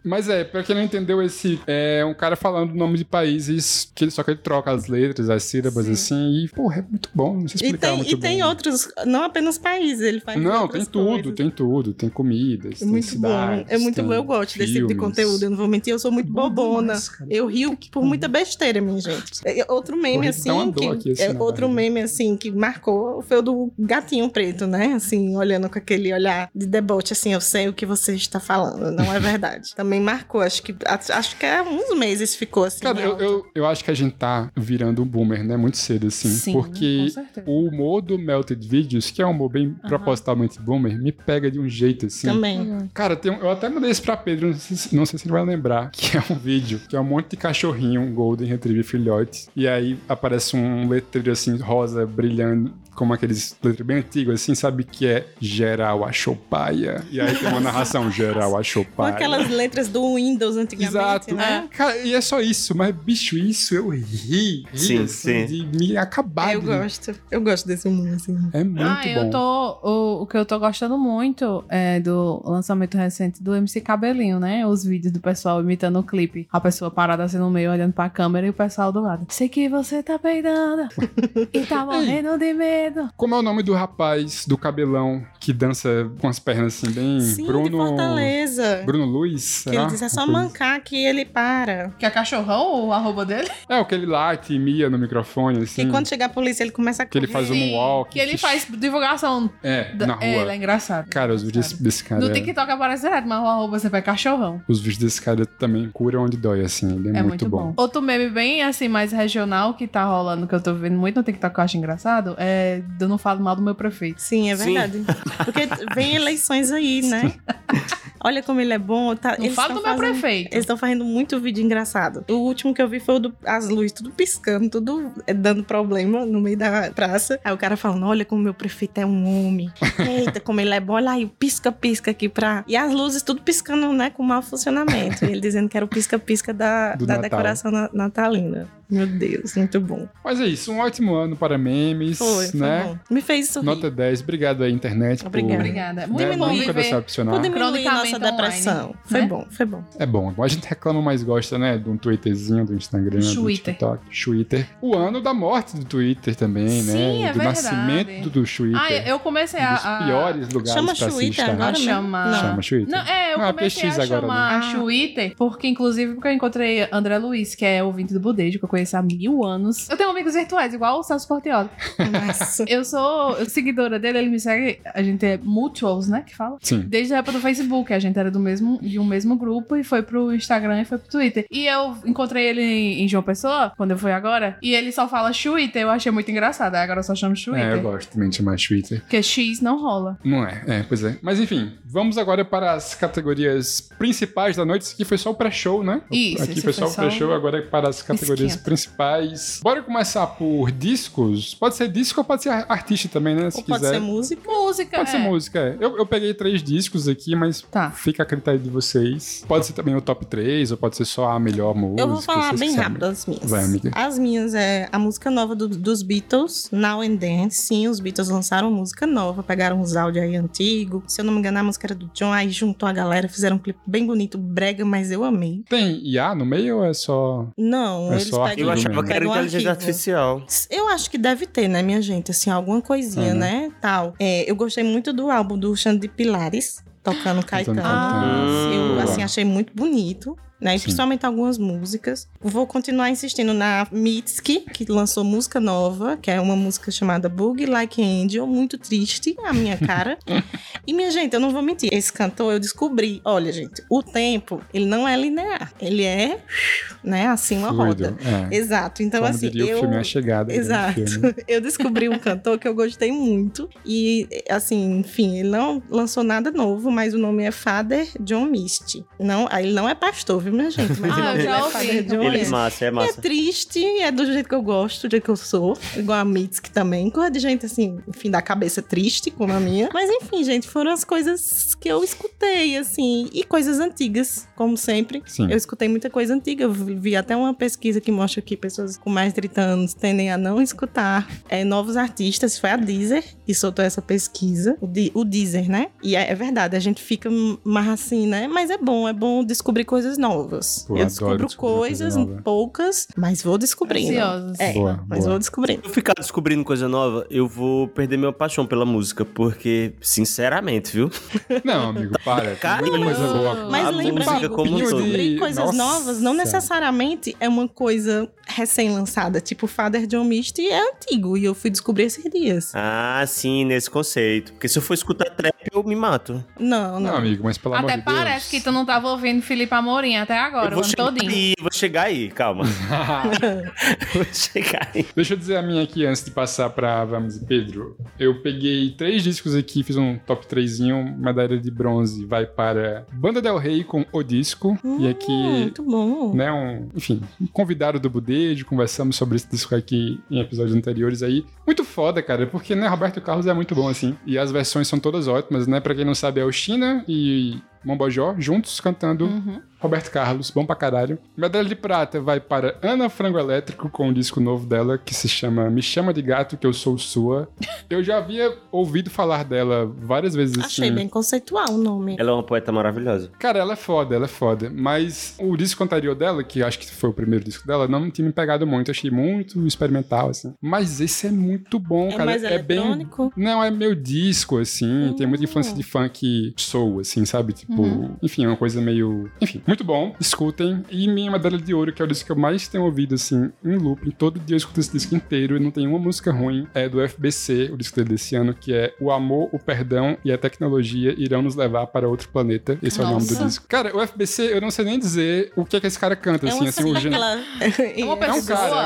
Speaker 2: Mas é, pra quem não entendeu, esse é um cara falando o nome de países, que ele, só que ele troca as letras, as sílabas,
Speaker 4: Sim.
Speaker 2: assim, e, porra, é muito bom, não sei
Speaker 5: E
Speaker 2: explicar
Speaker 5: tem,
Speaker 2: muito
Speaker 5: e tem
Speaker 2: bem.
Speaker 5: outros, não apenas países, ele faz
Speaker 2: Não, tem
Speaker 5: outras
Speaker 2: tudo,
Speaker 5: coisas.
Speaker 2: tem tudo. Tem comidas,
Speaker 5: É
Speaker 2: tem
Speaker 5: muito bom,
Speaker 2: cidades,
Speaker 5: é muito
Speaker 2: tem
Speaker 5: bom, eu gosto desse tipo de
Speaker 2: filmes.
Speaker 5: conteúdo, eu não vou mentir, eu sou muito
Speaker 2: Bom
Speaker 5: bobona.
Speaker 2: demais, cara.
Speaker 5: Eu rio por
Speaker 2: Uhum.
Speaker 5: muita besteira, minha gente. É, é, Outro meme,
Speaker 2: Porra, dá uma
Speaker 5: assim,
Speaker 2: dor
Speaker 5: que,
Speaker 2: aqui, assim,
Speaker 5: é,
Speaker 2: na
Speaker 5: outro
Speaker 2: barriga.
Speaker 5: meme, assim, que marcou foi o do gatinho preto, né? Assim, olhando com aquele olhar de deboche, assim, eu sei o que você está falando, não é verdade. Também marcou, acho que acho que há uns meses ficou assim.
Speaker 2: Cara,
Speaker 5: em
Speaker 2: eu,
Speaker 5: alta.
Speaker 2: eu, eu acho que a gente tá virando um boomer, né? Muito cedo, assim.
Speaker 4: Sim,
Speaker 2: porque
Speaker 4: com certeza.
Speaker 2: o humor do Melted Videos, que é um humor bem propositalmente boomer, me pega de um jeito, assim.
Speaker 5: Também.
Speaker 2: Cara, tem um- eu até mandei isso pra Pedro, não sei, se- não sei se ele vai lembrar, que é um vídeo, que é um monte de cachorrinho, um Golden Retriever filhote, e aí aparece um letreiro assim, rosa, brilhando, como aqueles letreiros bem antigos, assim, sabe, que é Geral achou paia. E aí tem uma narração, Geral achou
Speaker 5: Com
Speaker 2: paia.
Speaker 5: aquelas letras do Windows antigamente,
Speaker 2: Exato.
Speaker 5: né?
Speaker 2: Cara, e é só isso, mas bicho, isso eu ri, ri
Speaker 3: Sim,
Speaker 2: assim, de me acabar.
Speaker 5: Eu
Speaker 2: de-
Speaker 5: gosto. Eu gosto desse humor, assim.
Speaker 2: É muito
Speaker 4: ah,
Speaker 2: bom.
Speaker 4: eu tô. O, o que eu tô gostando muito é do lançamento recente do MC Cabelinho, né? Os vídeos do pessoal imitando o clipe. A pessoa parada assim no meio, olhando pra câmera e o pessoal do lado. Sei que você tá peidando e tá morrendo de medo.
Speaker 2: Como é o nome do rapaz do cabelão que dança com as pernas assim bem?
Speaker 5: Sim, de
Speaker 2: Bruno.
Speaker 5: Fortaleza.
Speaker 2: Bruno Luiz?
Speaker 5: Que
Speaker 2: será?
Speaker 5: ele diz, é só
Speaker 2: Uma coisa
Speaker 5: mancar que ele para.
Speaker 4: Que é cachorrão, o arroba dele?
Speaker 2: assim. É, aquele lá que mia no microfone,
Speaker 5: Porque
Speaker 2: assim.
Speaker 5: quando chegar a polícia, ele começa a
Speaker 2: Que ele
Speaker 5: correr.
Speaker 2: faz um walk.
Speaker 4: Que ele faz divulgação.
Speaker 2: É,
Speaker 4: Da...
Speaker 2: na rua.
Speaker 4: É, ele é engraçado.
Speaker 2: Cara, os vídeos desse cara. é-
Speaker 4: No TikTok aparece direto, mas o arroba sempre é cachorrão.
Speaker 2: Os vídeos desse cara também curam onde dói, assim. Ele é,
Speaker 4: É muito bom. Outro meme bem, assim, mais regional que tá rolando, que eu tô vendo muito no TikTok, que eu acho engraçado, é do Eu Não Falo Mal do Meu Prefeito.
Speaker 5: Sim, é
Speaker 3: Sim.
Speaker 5: verdade. Porque vem eleições aí, né? Olha como ele é bom. Tá,
Speaker 4: Não
Speaker 5: eles
Speaker 4: falo
Speaker 5: tão
Speaker 4: do meu
Speaker 5: fazendo-
Speaker 4: prefeito.
Speaker 5: Eles estão fazendo muito vídeo engraçado. O último que eu vi foi o do, as luzes tudo piscando, tudo eh, dando problema no meio da praça. Aí o cara falando: Olha como meu prefeito é um homem. Eita, como ele é bom. Olha aí, o pisca-pisca aqui pra. E as luzes tudo piscando, né? Com mau funcionamento. E ele dizendo que era o pisca-pisca da,
Speaker 2: Do
Speaker 5: da
Speaker 2: Natal.
Speaker 5: decoração na- natalina. Meu Deus, muito bom.
Speaker 2: Mas é isso, um ótimo ano para memes,
Speaker 5: Foi, foi
Speaker 2: né?
Speaker 5: bom. Me fez sorrir.
Speaker 2: Nota 10. Obrigado aí, internet. por-
Speaker 5: Obrigada.
Speaker 4: Obrigada.
Speaker 2: né,
Speaker 4: Muito bom
Speaker 2: nunca
Speaker 4: viver.
Speaker 2: decepcionar.
Speaker 5: Pô, diminuir
Speaker 4: cronicamente
Speaker 5: nossa
Speaker 4: online,
Speaker 5: depressão. foi
Speaker 4: né?
Speaker 5: bom, foi bom.
Speaker 2: É bom. A gente reclama, mas gosta, né? De um Twitterzinho, do Instagram, do
Speaker 4: Twitter.
Speaker 2: TikTok. Twitter. O ano da morte do Twitter também,
Speaker 4: Sim,
Speaker 2: né?
Speaker 4: é
Speaker 2: do
Speaker 4: verdade.
Speaker 2: nascimento do Twitter.
Speaker 4: Ah, eu comecei
Speaker 2: um
Speaker 4: a.
Speaker 2: dos
Speaker 4: a-
Speaker 2: piores lugares pra
Speaker 5: Chama
Speaker 2: se
Speaker 5: Twitter
Speaker 2: estar.
Speaker 5: agora?
Speaker 4: a
Speaker 5: Não.
Speaker 4: chamar.
Speaker 5: Não.
Speaker 2: Chama Twitter?
Speaker 4: Não, é, eu
Speaker 2: Não, é
Speaker 4: comecei
Speaker 2: PX
Speaker 4: a
Speaker 2: agora,
Speaker 4: chamar
Speaker 5: né? Ah.
Speaker 4: Twitter, porque inclusive porque eu encontrei André Luiz, que é ouvinte do Budejo, que eu conheço há mil anos. Eu tenho amigos virtuais, igual o Celso Portiola.
Speaker 5: Nossa.
Speaker 4: Eu sou seguidora dele, ele me segue, a gente é mutuals, né, que fala?
Speaker 2: Sim.
Speaker 4: Desde a época do Facebook, a gente era do mesmo, de um mesmo grupo e foi pro Instagram e foi pro Twitter. E eu encontrei ele em, em João Pessoa, quando eu fui agora, e ele só fala Twitter, eu achei muito engraçado. Aí Agora eu só chamo
Speaker 2: É, eu
Speaker 4: Twitter.
Speaker 2: gosto também de chamar Twitter.
Speaker 4: porque X não rola.
Speaker 2: Não é, é, pois é. Mas enfim, vamos agora para as categorias principais da noite. Isso aqui foi só o pré-show, né?
Speaker 4: Isso,
Speaker 2: Aqui
Speaker 4: esse
Speaker 2: foi só o
Speaker 4: foi só
Speaker 5: um
Speaker 2: pré-show, agora é para as categorias
Speaker 4: Esquenta.
Speaker 2: principais. Bora começar por discos. Pode ser disco ou pode ser artista também, né? Se
Speaker 5: Ou
Speaker 2: quiser.
Speaker 5: pode ser música.
Speaker 4: Música,
Speaker 2: Pode ser
Speaker 4: é.
Speaker 2: música, é. Eu, eu peguei três discos aqui, mas
Speaker 4: Tá.
Speaker 2: fica a critério de vocês. Pode ser também o top 3, ou pode ser só a melhor música.
Speaker 5: Eu vou falar
Speaker 2: vocês
Speaker 5: bem
Speaker 2: que sabem.
Speaker 5: rápido as minhas.
Speaker 2: Vai, amiga.
Speaker 5: As minhas é a música nova do- dos Beatles, Now and Then. Sim, os Beatles lançaram música nova, pegaram uns áudios aí antigos. Se eu não me engano, a música era do John, aí juntou a galera, fizeram um clipe bem bonito, brega, mas eu amei.
Speaker 2: Tem IA no meio ou é só.
Speaker 5: Não,
Speaker 2: É
Speaker 5: eles
Speaker 2: só
Speaker 5: pegam...
Speaker 3: Eu achava
Speaker 2: mesmo.
Speaker 3: que era
Speaker 4: um
Speaker 5: pegam um
Speaker 3: inteligência
Speaker 5: arquivo.
Speaker 3: artificial.
Speaker 5: Eu acho que deve ter, né, minha gente? Assim, alguma coisinha,
Speaker 2: É,
Speaker 5: né? Tal. É, eu gostei muito do álbum do Xande de Pilares, tocando Caetano.
Speaker 2: Caetano.
Speaker 5: Eu,
Speaker 3: Boa.
Speaker 5: assim, achei muito bonito. Né? E
Speaker 2: Sim.
Speaker 5: principalmente algumas músicas. Vou continuar insistindo na Mitski, que lançou música nova, que é uma música chamada Bug Like Angel, muito triste, a minha cara. e, minha gente, eu não vou mentir, esse cantor eu descobri. Olha, gente, o tempo, ele não é linear. Ele é, né, assim, uma roda.
Speaker 2: Fluido, é.
Speaker 5: Exato. Então,
Speaker 2: Como
Speaker 5: assim,
Speaker 2: diria o
Speaker 5: eu.
Speaker 2: filme é A Chegada.
Speaker 3: né?
Speaker 2: grande
Speaker 5: Exato.
Speaker 2: filme.
Speaker 5: Eu descobri um cantor que eu gostei muito. E, assim, enfim, ele não lançou nada novo, mas o nome é Father John Misty. Não, ah, ele não é pastor, viu, minha gente? Mas
Speaker 4: Ah,
Speaker 5: o nome
Speaker 4: eu já
Speaker 5: dele
Speaker 4: ouvi.
Speaker 5: É Father John
Speaker 3: Ele é
Speaker 5: Misty.
Speaker 3: massa, é
Speaker 5: E é
Speaker 3: massa.
Speaker 5: triste, é do jeito que eu gosto, do jeito que eu sou. Igual a Mitski também. Coisa de gente, assim, enfim, da cabeça triste, como a minha. Mas, enfim, gente, foram as coisas que eu escutei, assim. E coisas antigas, como sempre.
Speaker 2: Sim.
Speaker 5: Eu escutei muita coisa antiga. Eu vi até uma pesquisa que mostra que pessoas com mais de 30 anos tendem a não escutar é, novos artistas. Foi a Deezer que soltou essa pesquisa. O, Di- o Deezer, né? E é, é verdade, a gente fica hum, mais assim, né? Mas é bom, é bom descobrir coisas novas.
Speaker 2: Pô,
Speaker 5: eu
Speaker 2: adoro
Speaker 5: descubro
Speaker 2: descobrir coisa
Speaker 5: coisas
Speaker 2: nova.
Speaker 5: poucas, mas vou descobrindo.
Speaker 4: Ansiosos.
Speaker 5: É,
Speaker 2: Boa,
Speaker 5: mas
Speaker 2: boa.
Speaker 5: vou descobrindo.
Speaker 3: Se eu ficar descobrindo coisa nova, eu vou perder minha paixão pela música, porque, sinceramente, viu?
Speaker 2: Não, amigo, para. Tem
Speaker 3: Caramba.
Speaker 2: muita coisa boa.
Speaker 5: Mas
Speaker 3: A
Speaker 5: lembra,
Speaker 3: música
Speaker 5: amigo,
Speaker 3: como um todo.
Speaker 5: descobrir
Speaker 2: De-
Speaker 5: coisas
Speaker 2: Nossa.
Speaker 5: novas não necessariamente é uma coisa recém-lançada. Tipo, Father John Misty é antigo e eu fui descobrir esses dias.
Speaker 3: Ah, sim, nesse conceito. Porque se eu for escutar trap, eu me mato.
Speaker 5: Não,
Speaker 2: Não,
Speaker 5: não.
Speaker 2: amigo, mas pelo amor
Speaker 4: Até
Speaker 2: de Deus.
Speaker 4: parece que tu não tava ouvindo Felipe Amorim até agora,
Speaker 3: eu
Speaker 4: o
Speaker 3: vou
Speaker 4: ano
Speaker 3: chegar
Speaker 4: todinho.
Speaker 3: aí, vou chegar aí, calma. vou chegar aí.
Speaker 2: Deixa eu dizer a minha aqui antes de passar pra Vamos e Pedro. Eu peguei três discos aqui, fiz um top 3, medalha de bronze vai para Banda Del Rey com o disco. e
Speaker 5: Hum,
Speaker 2: aqui
Speaker 5: Muito bom.
Speaker 2: né, um, enfim, um convidado do Budejo, conversamos sobre esse disco aqui é em episódios anteriores aí. Muito foda, cara, porque, né, Roberto Carlos é muito bom, assim. E as versões são todas ótimas, né? Pra quem não sabe, é o China e Mombojó juntos cantando
Speaker 4: Uhum.
Speaker 2: Roberto Carlos, bom pra caralho. Medalha de prata vai para Ana Frango Elétrico com o disco novo dela, que se chama Me Chama de Gato Que Eu Sou Sua. Eu já havia ouvido falar dela várias vezes, assim.
Speaker 5: Achei bem conceitual o nome.
Speaker 3: Ela é uma poeta maravilhosa.
Speaker 2: Cara, ela é foda, ela é foda. Mas o disco anterior dela, que acho que foi o primeiro disco dela, não tinha me pegado muito. Achei muito experimental, assim. Mas esse é muito bom,
Speaker 5: É
Speaker 2: cara.
Speaker 5: mais
Speaker 2: é bem.
Speaker 5: eletrônico?
Speaker 2: Não, é meu disco, assim. Tem muita influência de funk soul, assim, sabe? Tipo,
Speaker 4: Hum. Uhum.
Speaker 2: enfim, é uma coisa meio. Enfim, muito bom. Escutem. E minha medalha de ouro, que é o disco que eu mais tenho ouvido, assim, em looping. Todo dia eu escuto esse disco inteiro e não tem uma música ruim. É do FBC, o disco dele desse ano, que é O Amor, o Perdão e a Tecnologia Irão Nos Levar para Outro Planeta. Esse é o nome do
Speaker 4: Nossa.
Speaker 2: disco. Cara, o FBC, eu não sei nem dizer o que é que esse cara canta,
Speaker 5: É
Speaker 2: assim,
Speaker 5: uma
Speaker 2: assim, o gênero.
Speaker 5: daquela-
Speaker 4: uma
Speaker 5: Eu
Speaker 4: pessoa.
Speaker 5: sou-
Speaker 4: É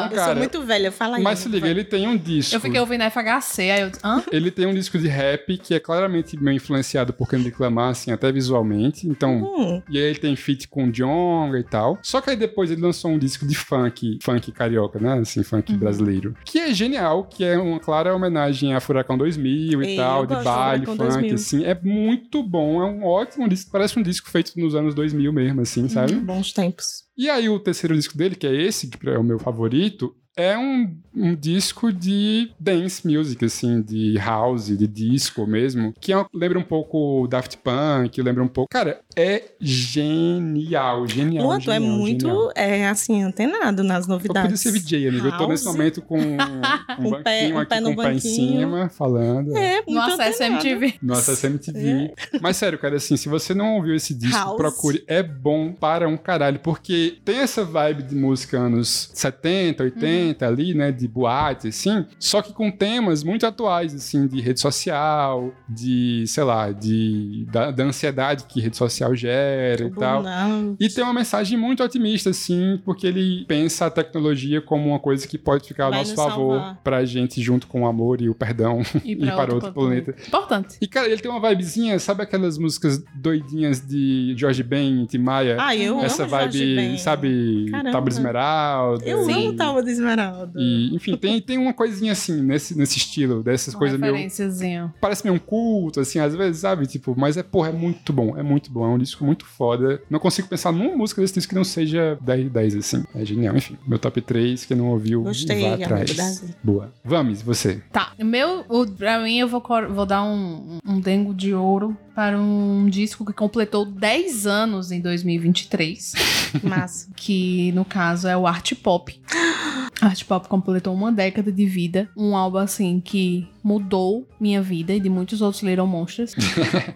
Speaker 4: um
Speaker 5: Eu sou
Speaker 2: cara.
Speaker 5: muito velha, fala aí.
Speaker 2: Mas se liga,
Speaker 5: vai.
Speaker 2: ele tem um disco.
Speaker 4: né? Eu fiquei ouvindo FHC, aí eu. Hã?
Speaker 2: Ele tem um disco de rap que é claramente meio influenciado por Kendrick Lamar, assim, até visualmente. Então,
Speaker 5: Hum,
Speaker 2: E aí ele tem feat com o Djonga e tal. Só que aí depois ele lançou um disco de funk, funk carioca, né? Assim,
Speaker 5: Uhum.
Speaker 2: funk brasileiro. Que é genial, que é uma clara homenagem a Furacão 2000 e,
Speaker 5: Ei,
Speaker 2: tal,
Speaker 5: eu
Speaker 2: de
Speaker 5: gosto do
Speaker 2: baile,
Speaker 5: Furacão
Speaker 2: funk,
Speaker 5: 2000.
Speaker 2: assim. É muito bom, é um ótimo disco. Parece um disco feito nos anos 2000 mesmo, assim, sabe?
Speaker 5: bons tempos.
Speaker 2: E aí o terceiro disco dele, que é esse, que é o meu favorito, é um, um disco de dance music, assim, de house, de disco mesmo, que é uma- lembra um pouco Daft Punk, lembra um pouco... Cara, é genial, genial,
Speaker 5: Luan, tu é
Speaker 2: genial, genial.
Speaker 5: muito, é, assim, antenado nas
Speaker 2: um Eu
Speaker 5: novidades.
Speaker 2: podia ser DJ, amigo. Eu tô nesse
Speaker 5: House.
Speaker 2: momento com um,
Speaker 5: Um pé-
Speaker 2: banquinho
Speaker 5: um
Speaker 2: aqui,
Speaker 5: pé no
Speaker 2: com o pé em
Speaker 5: banquinho.
Speaker 2: cima, falando.
Speaker 5: É, muito
Speaker 4: No acesso
Speaker 5: antenado.
Speaker 4: MTV.
Speaker 2: Nossa, SMTV. Mas sério, cara, assim, se você não ouviu esse disco,
Speaker 5: é. House.
Speaker 2: procure. É bom para um caralho, porque tem essa vibe de música anos 70,
Speaker 5: Uhum.
Speaker 2: 80 ali, né, de boate, assim, só que com temas muito atuais, assim, de rede social, de, sei lá, de, da, da ansiedade que rede social gera e tal.
Speaker 5: Não,
Speaker 2: E tem uma mensagem muito otimista, assim, porque ele pensa a tecnologia como uma coisa que pode ficar a
Speaker 5: Vai
Speaker 2: nosso
Speaker 5: nos
Speaker 2: favor
Speaker 5: salvar.
Speaker 2: pra gente, junto com o amor e o perdão
Speaker 4: E,
Speaker 2: e para outro planeta.
Speaker 4: Importante.
Speaker 2: E, cara, ele tem uma vibezinha, sabe aquelas músicas doidinhas de George Ben e Tim Maia?
Speaker 5: Ah, eu
Speaker 2: Essa
Speaker 5: amo Jorge
Speaker 2: vibe,
Speaker 5: Ben.
Speaker 2: sabe,
Speaker 5: Caramba.
Speaker 2: Tábua de Esmeralda.
Speaker 5: Eu
Speaker 2: e-
Speaker 5: amo Tábua de Esmeralda.
Speaker 2: E, enfim, tem, tem uma coisinha assim, nesse, nesse estilo, dessas
Speaker 4: Uma
Speaker 2: coisas meio.
Speaker 4: referenciazinha.
Speaker 2: Parece meio um culto, assim, às vezes, sabe? Tipo, mas é, porra, é muito bom, é muito bom, é um disco muito foda. Não consigo pensar numa música desse disco que não seja 10 de 10, assim. É genial, enfim. Meu top 3, quem não ouviu,
Speaker 5: Gostei,
Speaker 2: vá
Speaker 5: amigo
Speaker 2: atrás.
Speaker 5: Davi.
Speaker 2: Boa. Vamos, você.
Speaker 4: Tá, o meu, o, pra mim, eu vou, cor- vou dar um, um dengo de ouro para um disco que completou 10 anos em 2023.
Speaker 5: Massa.
Speaker 4: que no caso é o Art Pop. Art Pop completou uma década de vida, um álbum assim que mudou minha vida e de muitos outros Little Monsters.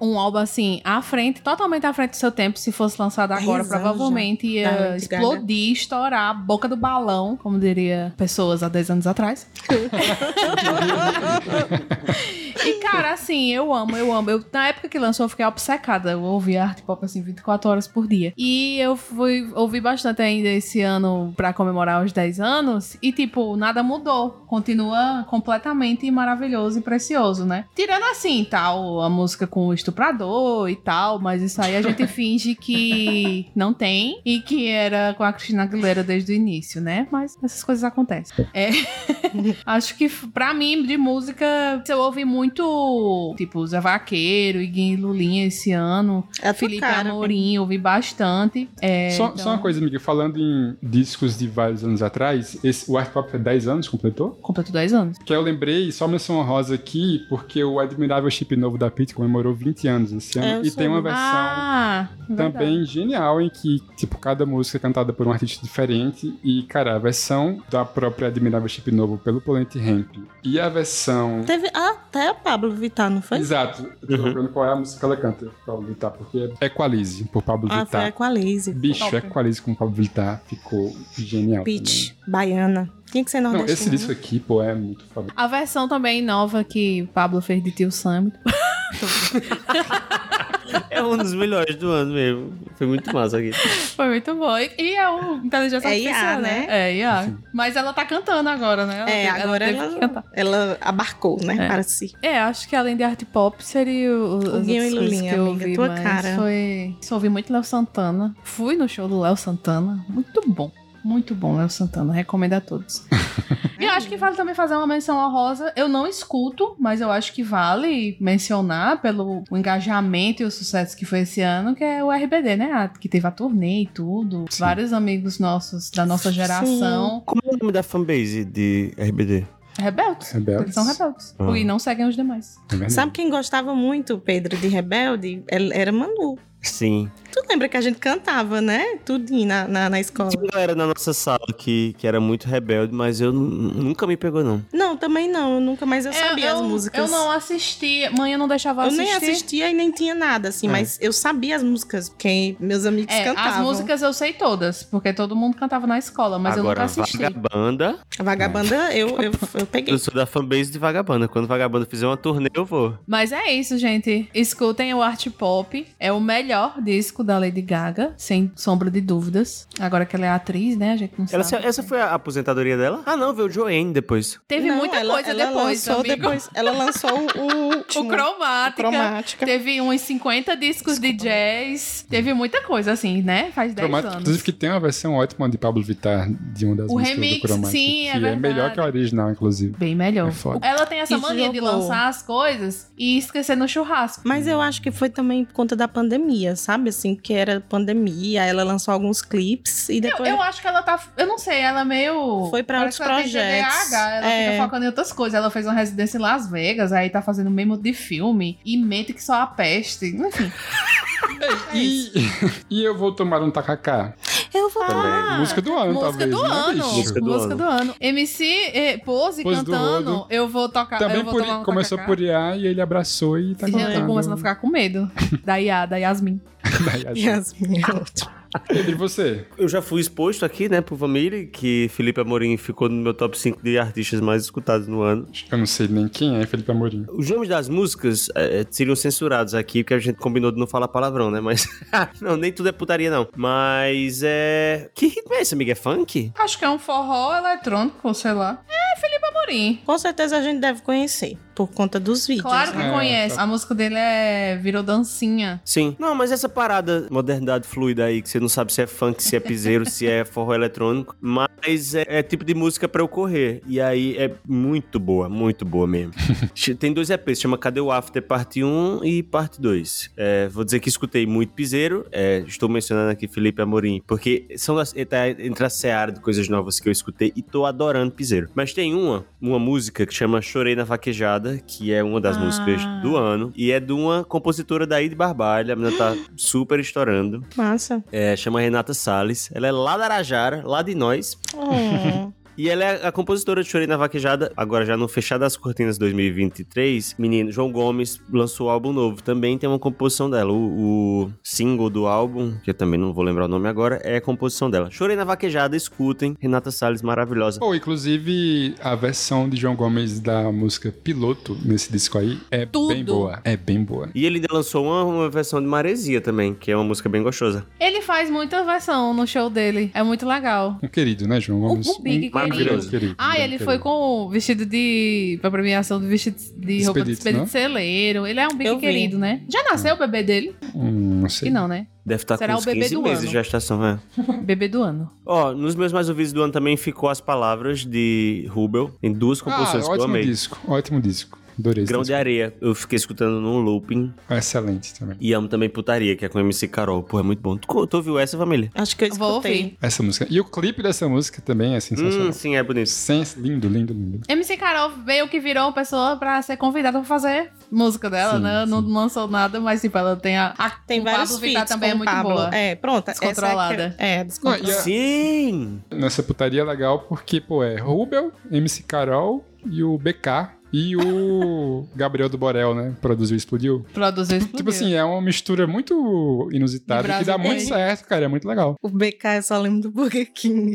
Speaker 4: um álbum assim à frente, totalmente à frente do seu tempo. Se fosse lançado
Speaker 5: Dez
Speaker 4: agora,
Speaker 5: anos né? Tá,
Speaker 4: provavelmente
Speaker 5: já, da
Speaker 4: ia
Speaker 5: Lady Gaga.
Speaker 4: explodir, estourar a boca do balão, como diria pessoas há 10 anos atrás. E, cara, assim, eu amo, eu amo. Eu, na época que lançou, eu fiquei obcecada. Eu ouvia arte pop, assim, 24 horas por dia. E eu fui ouvi bastante ainda esse ano pra comemorar os 10 anos. E, tipo, nada mudou. Continua completamente maravilhoso e precioso, né? Tirando, assim, tal, a música com o estuprador e tal. Mas isso aí a gente finge que não tem. E que era com a Cristina Aguilera desde o início, né? Mas essas coisas acontecem. É. Acho que f- pra mim, de música, eu ouvi muito, tipo, Zé Vaqueiro, Iguinho e Lulinha esse ano.
Speaker 5: É a tua
Speaker 4: Felipe
Speaker 5: cara,
Speaker 4: Amorim, ouvi bastante. É,
Speaker 2: só,
Speaker 4: então,
Speaker 2: só uma coisa, Miguel, falando em discos de vários anos atrás, esse- o Art Pop é 10 anos, completou?
Speaker 4: Completou 10 anos.
Speaker 2: Que eu lembrei, só menção honrosa aqui, porque o Admirável Chip novo da Pitt comemorou 20 anos esse
Speaker 5: É, eu
Speaker 2: ano. e
Speaker 5: soube.
Speaker 2: tem uma versão
Speaker 4: Ah, verdade.
Speaker 2: também genial em que, tipo, cada música é cantada por um artista diferente. E, cara, a versão da própria Admirável Chip novo pelo Planet Ramp e a versão.
Speaker 5: Teve ah, até a Pablo Vittar, não foi?
Speaker 2: Exato. Eu tô
Speaker 3: Uhum.
Speaker 2: lembrando qual é a música que ela canta, Pablo Vittar, porque é Equalize, por Pablo
Speaker 5: Ah, foi
Speaker 2: Vittar.
Speaker 5: a Equalize.
Speaker 2: Bicho,
Speaker 4: Top.
Speaker 2: Equalize com Pablo Vittar ficou genial. também.
Speaker 5: Peach, Baiana. Tinha que ser
Speaker 2: né? Não,
Speaker 5: nordestina.
Speaker 2: esse disco aqui, pô, é muito foda.
Speaker 4: A versão também nova que Pablo fez de Tio Sam.
Speaker 3: É um dos melhores do ano mesmo. Foi muito massa aqui.
Speaker 4: Foi muito bom. E, e é o inteligência
Speaker 5: É
Speaker 4: artificial,
Speaker 5: IA,
Speaker 4: né?
Speaker 5: né?
Speaker 4: É IA. Mas ela tá cantando agora, né? Ela
Speaker 5: É,
Speaker 4: teve-
Speaker 5: agora
Speaker 4: teve que cantar.
Speaker 5: ela, ela abarcou, né?
Speaker 4: É.
Speaker 5: Para si.
Speaker 4: É, acho que além de arte pop seria o, as outras
Speaker 5: Guinho e
Speaker 4: coisas
Speaker 5: Lulinha,
Speaker 4: que eu
Speaker 5: amiga,
Speaker 4: ouvi,
Speaker 5: tua
Speaker 4: mas
Speaker 5: cara.
Speaker 4: Foi... Só ouvi muito Léo Santana. Fui no show do Léo Santana. Muito bom. Muito bom, Léo Santana. Recomendo a todos. e eu acho que vale também fazer uma menção honrosa. Eu não escuto, mas eu acho que vale mencionar pelo o engajamento e o sucesso que foi esse ano, que é o RBD, né? A- que teve a turnê e tudo.
Speaker 2: Sim.
Speaker 4: Vários amigos nossos da nossa geração.
Speaker 3: Como é o nome da fanbase de RBD?
Speaker 4: Rebeldes.
Speaker 2: Rebeldes.
Speaker 4: Eles são rebeldes.
Speaker 3: Ah.
Speaker 4: E não seguem os demais.
Speaker 2: É verdade.
Speaker 5: Sabe quem gostava muito, Pedro, de Rebelde? Ela- Era Manu.
Speaker 3: Sim.
Speaker 5: Tu lembra que a gente cantava, né? Tudinho na, na, na escola.
Speaker 3: Tinha uma galera Tipo, na nossa sala que, que era muito rebelde, mas eu nu- nunca me pegou, não.
Speaker 5: Não, também não. Nunca mais eu sabia as músicas.
Speaker 4: É, Eu não assisti. Mãe, eu não deixava
Speaker 5: Eu
Speaker 4: assistir.
Speaker 5: nem assistia e nem tinha nada, assim,
Speaker 3: É.
Speaker 5: mas eu sabia as músicas, porque meus amigos
Speaker 4: É,
Speaker 5: cantavam.
Speaker 4: as músicas eu sei todas, porque todo mundo cantava na escola, mas
Speaker 3: Agora,
Speaker 4: eu nunca assisti.
Speaker 3: Vagabanda,
Speaker 5: Vagabanda, eu, eu, eu peguei.
Speaker 3: eu sou da fanbase de Vagabanda. Quando Vagabanda fizer uma turnê, eu vou.
Speaker 4: Mas é isso, gente. Escutem o Art Pop. É o melhor disco da Lady Gaga, sem sombra de dúvidas. Agora que ela é atriz, né? A gente não
Speaker 3: Ela, se-
Speaker 4: sabe.
Speaker 3: essa foi a aposentadoria dela? Ah, não, veio o Joanne depois.
Speaker 4: Teve
Speaker 5: Não,
Speaker 4: muita
Speaker 5: ela-
Speaker 4: coisa
Speaker 5: ela
Speaker 4: depois,
Speaker 5: lançou
Speaker 4: amigo.
Speaker 5: depois. Ela lançou o, o
Speaker 4: O
Speaker 5: último.
Speaker 4: Cromática.
Speaker 5: Cromática.
Speaker 4: Teve uns 50 discos de jazz. Teve muita coisa, assim, né? Faz 10
Speaker 2: Cromática,
Speaker 4: anos.
Speaker 2: Inclusive que tem uma versão ótima de Pablo Vittar de uma das
Speaker 4: O
Speaker 2: músicas
Speaker 4: remix,
Speaker 2: do Cromática.
Speaker 4: sim, é
Speaker 2: que é
Speaker 4: verdade.
Speaker 2: melhor que a original, inclusive.
Speaker 4: Bem melhor.
Speaker 2: É foda.
Speaker 4: Ela tem essa
Speaker 5: E
Speaker 4: mania de
Speaker 5: jogou.
Speaker 4: lançar as coisas e esquecer no churrasco.
Speaker 5: Mas eu acho que foi também por conta da pandemia, sabe? Assim, que era pandemia, ela lançou alguns clipes e
Speaker 4: Eu,
Speaker 5: depois.
Speaker 4: eu acho que ela tá. Eu não sei, ela é meio.
Speaker 5: Foi pra
Speaker 4: parece
Speaker 5: outros
Speaker 4: que ela tem
Speaker 5: projetos.
Speaker 4: TDAH, ela
Speaker 5: É.
Speaker 4: fica focando em outras coisas. Ela fez uma residência em Las Vegas, aí tá fazendo mesmo de filme. E mente que só a peste. Enfim. É
Speaker 5: É
Speaker 2: E, e eu vou tomar um tacacá.
Speaker 5: Eu vou.
Speaker 4: Ah.
Speaker 3: Também.
Speaker 2: música do ano,
Speaker 4: música
Speaker 2: talvez.
Speaker 4: do
Speaker 2: né,
Speaker 4: ano.
Speaker 2: bicho?
Speaker 3: Música do
Speaker 4: Música
Speaker 3: ano.
Speaker 4: do ano. MC eh, Pose,
Speaker 2: Pose do
Speaker 4: cantando.
Speaker 2: Rodo.
Speaker 4: Eu vou tocar.
Speaker 2: Também
Speaker 4: eu vou
Speaker 2: por-
Speaker 4: tomar um
Speaker 2: começou
Speaker 4: tacacá.
Speaker 2: por IA e ele abraçou e tá
Speaker 4: E
Speaker 2: cantando.
Speaker 4: eu tô começando a ficar com medo. Da Iá, da Yasmin.
Speaker 2: Daí, assim,
Speaker 5: Yasmin.
Speaker 2: Pedro, e você?
Speaker 3: Eu já fui exposto aqui, né, por família, que Felipe Amorim ficou no meu top 5 de artistas mais escutados no ano.
Speaker 2: Acho que eu não sei nem quem é Felipe Amorim.
Speaker 3: Os nomes das músicas eh, seriam censurados aqui, porque a gente combinou de não falar palavrão, né? Mas. não, nem tudo é putaria, não. Mas é. Que ritmo é esse, amiga? É funk?
Speaker 4: Acho que é um forró eletrônico, sei lá. É Felipe Amorim.
Speaker 5: Com certeza a gente deve conhecer, por conta dos vídeos. né?
Speaker 4: Claro que
Speaker 2: É,
Speaker 5: tá.
Speaker 4: conhece. A música dele é Virou Dancinha.
Speaker 3: Sim. Não, mas essa parada modernidade fluida aí, que você não sabe se é funk, se é piseiro, se é forró eletrônico, mas é, é tipo de música pra eu correr. E aí é muito boa, muito boa mesmo. Che- Tem dois EPs, chama Cadê o After Parte 1 e Parte 2. É, vou dizer que escutei muito piseiro, é, estou mencionando aqui Felipe Amorim, porque são as, tá entre a seara de coisas novas que eu escutei e tô adorando piseiro. Mas tem uma, uma música que chama Chorei na Vaquejada, que é uma das
Speaker 4: Ah.
Speaker 3: músicas do ano, e é de uma compositora daí de Barbalha, a menina tá super estourando.
Speaker 5: Massa.
Speaker 3: É, chama Renata Salles, ela é lá da Arajara, lá de nós,
Speaker 5: Oh,
Speaker 3: e ela é a compositora de Chorei na Vaquejada, agora já no Fechar das Cortinas 2023. Menino, João Gomes lançou um álbum novo. Também tem uma composição dela. O, o single do álbum, que eu também não vou lembrar o nome agora, é a composição dela. Chorei na Vaquejada, escutem. Renata Salles, maravilhosa.
Speaker 2: Ou, inclusive, a versão de João Gomes da música Piloto nesse disco aí é
Speaker 4: Tudo.
Speaker 2: bem boa. É bem boa.
Speaker 3: E ele ainda lançou uma, uma versão de Maresia também, que é uma música bem gostosa.
Speaker 4: Ele faz muita versão no show dele. É muito legal.
Speaker 2: Um querido, né, João Gomes?
Speaker 4: um big
Speaker 3: maravilhoso.
Speaker 2: querido.
Speaker 4: Ah,
Speaker 2: Um
Speaker 4: ele
Speaker 2: querido.
Speaker 4: foi com o vestido de. pra premiação do vestido de roupa
Speaker 2: Expedito,
Speaker 4: de espelho
Speaker 2: né?
Speaker 4: de celeiro. Ele é um
Speaker 5: Eu
Speaker 4: big
Speaker 5: vi.
Speaker 4: querido, né? Já nasceu o bebê dele?
Speaker 2: Hum, não
Speaker 4: Que
Speaker 2: sei.
Speaker 4: não, né?
Speaker 3: Deve estar
Speaker 4: Será
Speaker 3: com uns
Speaker 4: o bebê
Speaker 3: 15
Speaker 4: do
Speaker 3: meses
Speaker 4: ano.
Speaker 3: de gestação, é.
Speaker 4: Bebê do ano.
Speaker 3: Ó, nos meus mais ouvidos do ano também ficou as palavras de Rubel, em duas
Speaker 2: Ah,
Speaker 3: composições que eu
Speaker 2: ótimo
Speaker 3: amei.
Speaker 2: disco. Ótimo disco. Adorei esse
Speaker 3: Grão de
Speaker 2: disco.
Speaker 3: Areia, eu fiquei escutando num looping.
Speaker 2: Excelente também.
Speaker 3: E amo também Putaria, que é com MC Carol. Pô, é muito bom. Tu, tu ouviu essa, família?
Speaker 5: acho que eu
Speaker 4: Vou
Speaker 5: escutei.
Speaker 4: ouvir.
Speaker 2: Essa música. E o clipe dessa música também é sensacional.
Speaker 3: Hum, sim, é bonito.
Speaker 2: Sens- Lindo, lindo, lindo.
Speaker 4: MC Carol veio que virou pessoa pra ser convidada pra fazer música dela,
Speaker 2: Sim,
Speaker 4: né?
Speaker 2: sim.
Speaker 4: Não lançou nada, mas tipo, ela tem a. a-
Speaker 5: Ah, Tem
Speaker 4: o
Speaker 5: vários
Speaker 4: Pablo Vittar
Speaker 5: feats
Speaker 4: também é
Speaker 5: com
Speaker 4: muito
Speaker 5: Pablo.
Speaker 4: boa.
Speaker 5: É, pronto. essa é a que-
Speaker 4: Descontrolada.
Speaker 5: É, descontrolada.
Speaker 2: Não, e a-
Speaker 3: Sim!
Speaker 2: Nessa putaria é legal porque, pô, é Rubel, MC Carol e o BK e o Gabriel do Borel, né? Produziu e explodiu.
Speaker 4: Produziu explodiu.
Speaker 2: Tipo assim, é uma mistura muito
Speaker 4: De
Speaker 2: inusitada que
Speaker 4: Brasil
Speaker 2: dá muito
Speaker 4: tem.
Speaker 2: certo, cara. É muito legal.
Speaker 5: O BK eu só lembro do Burger King.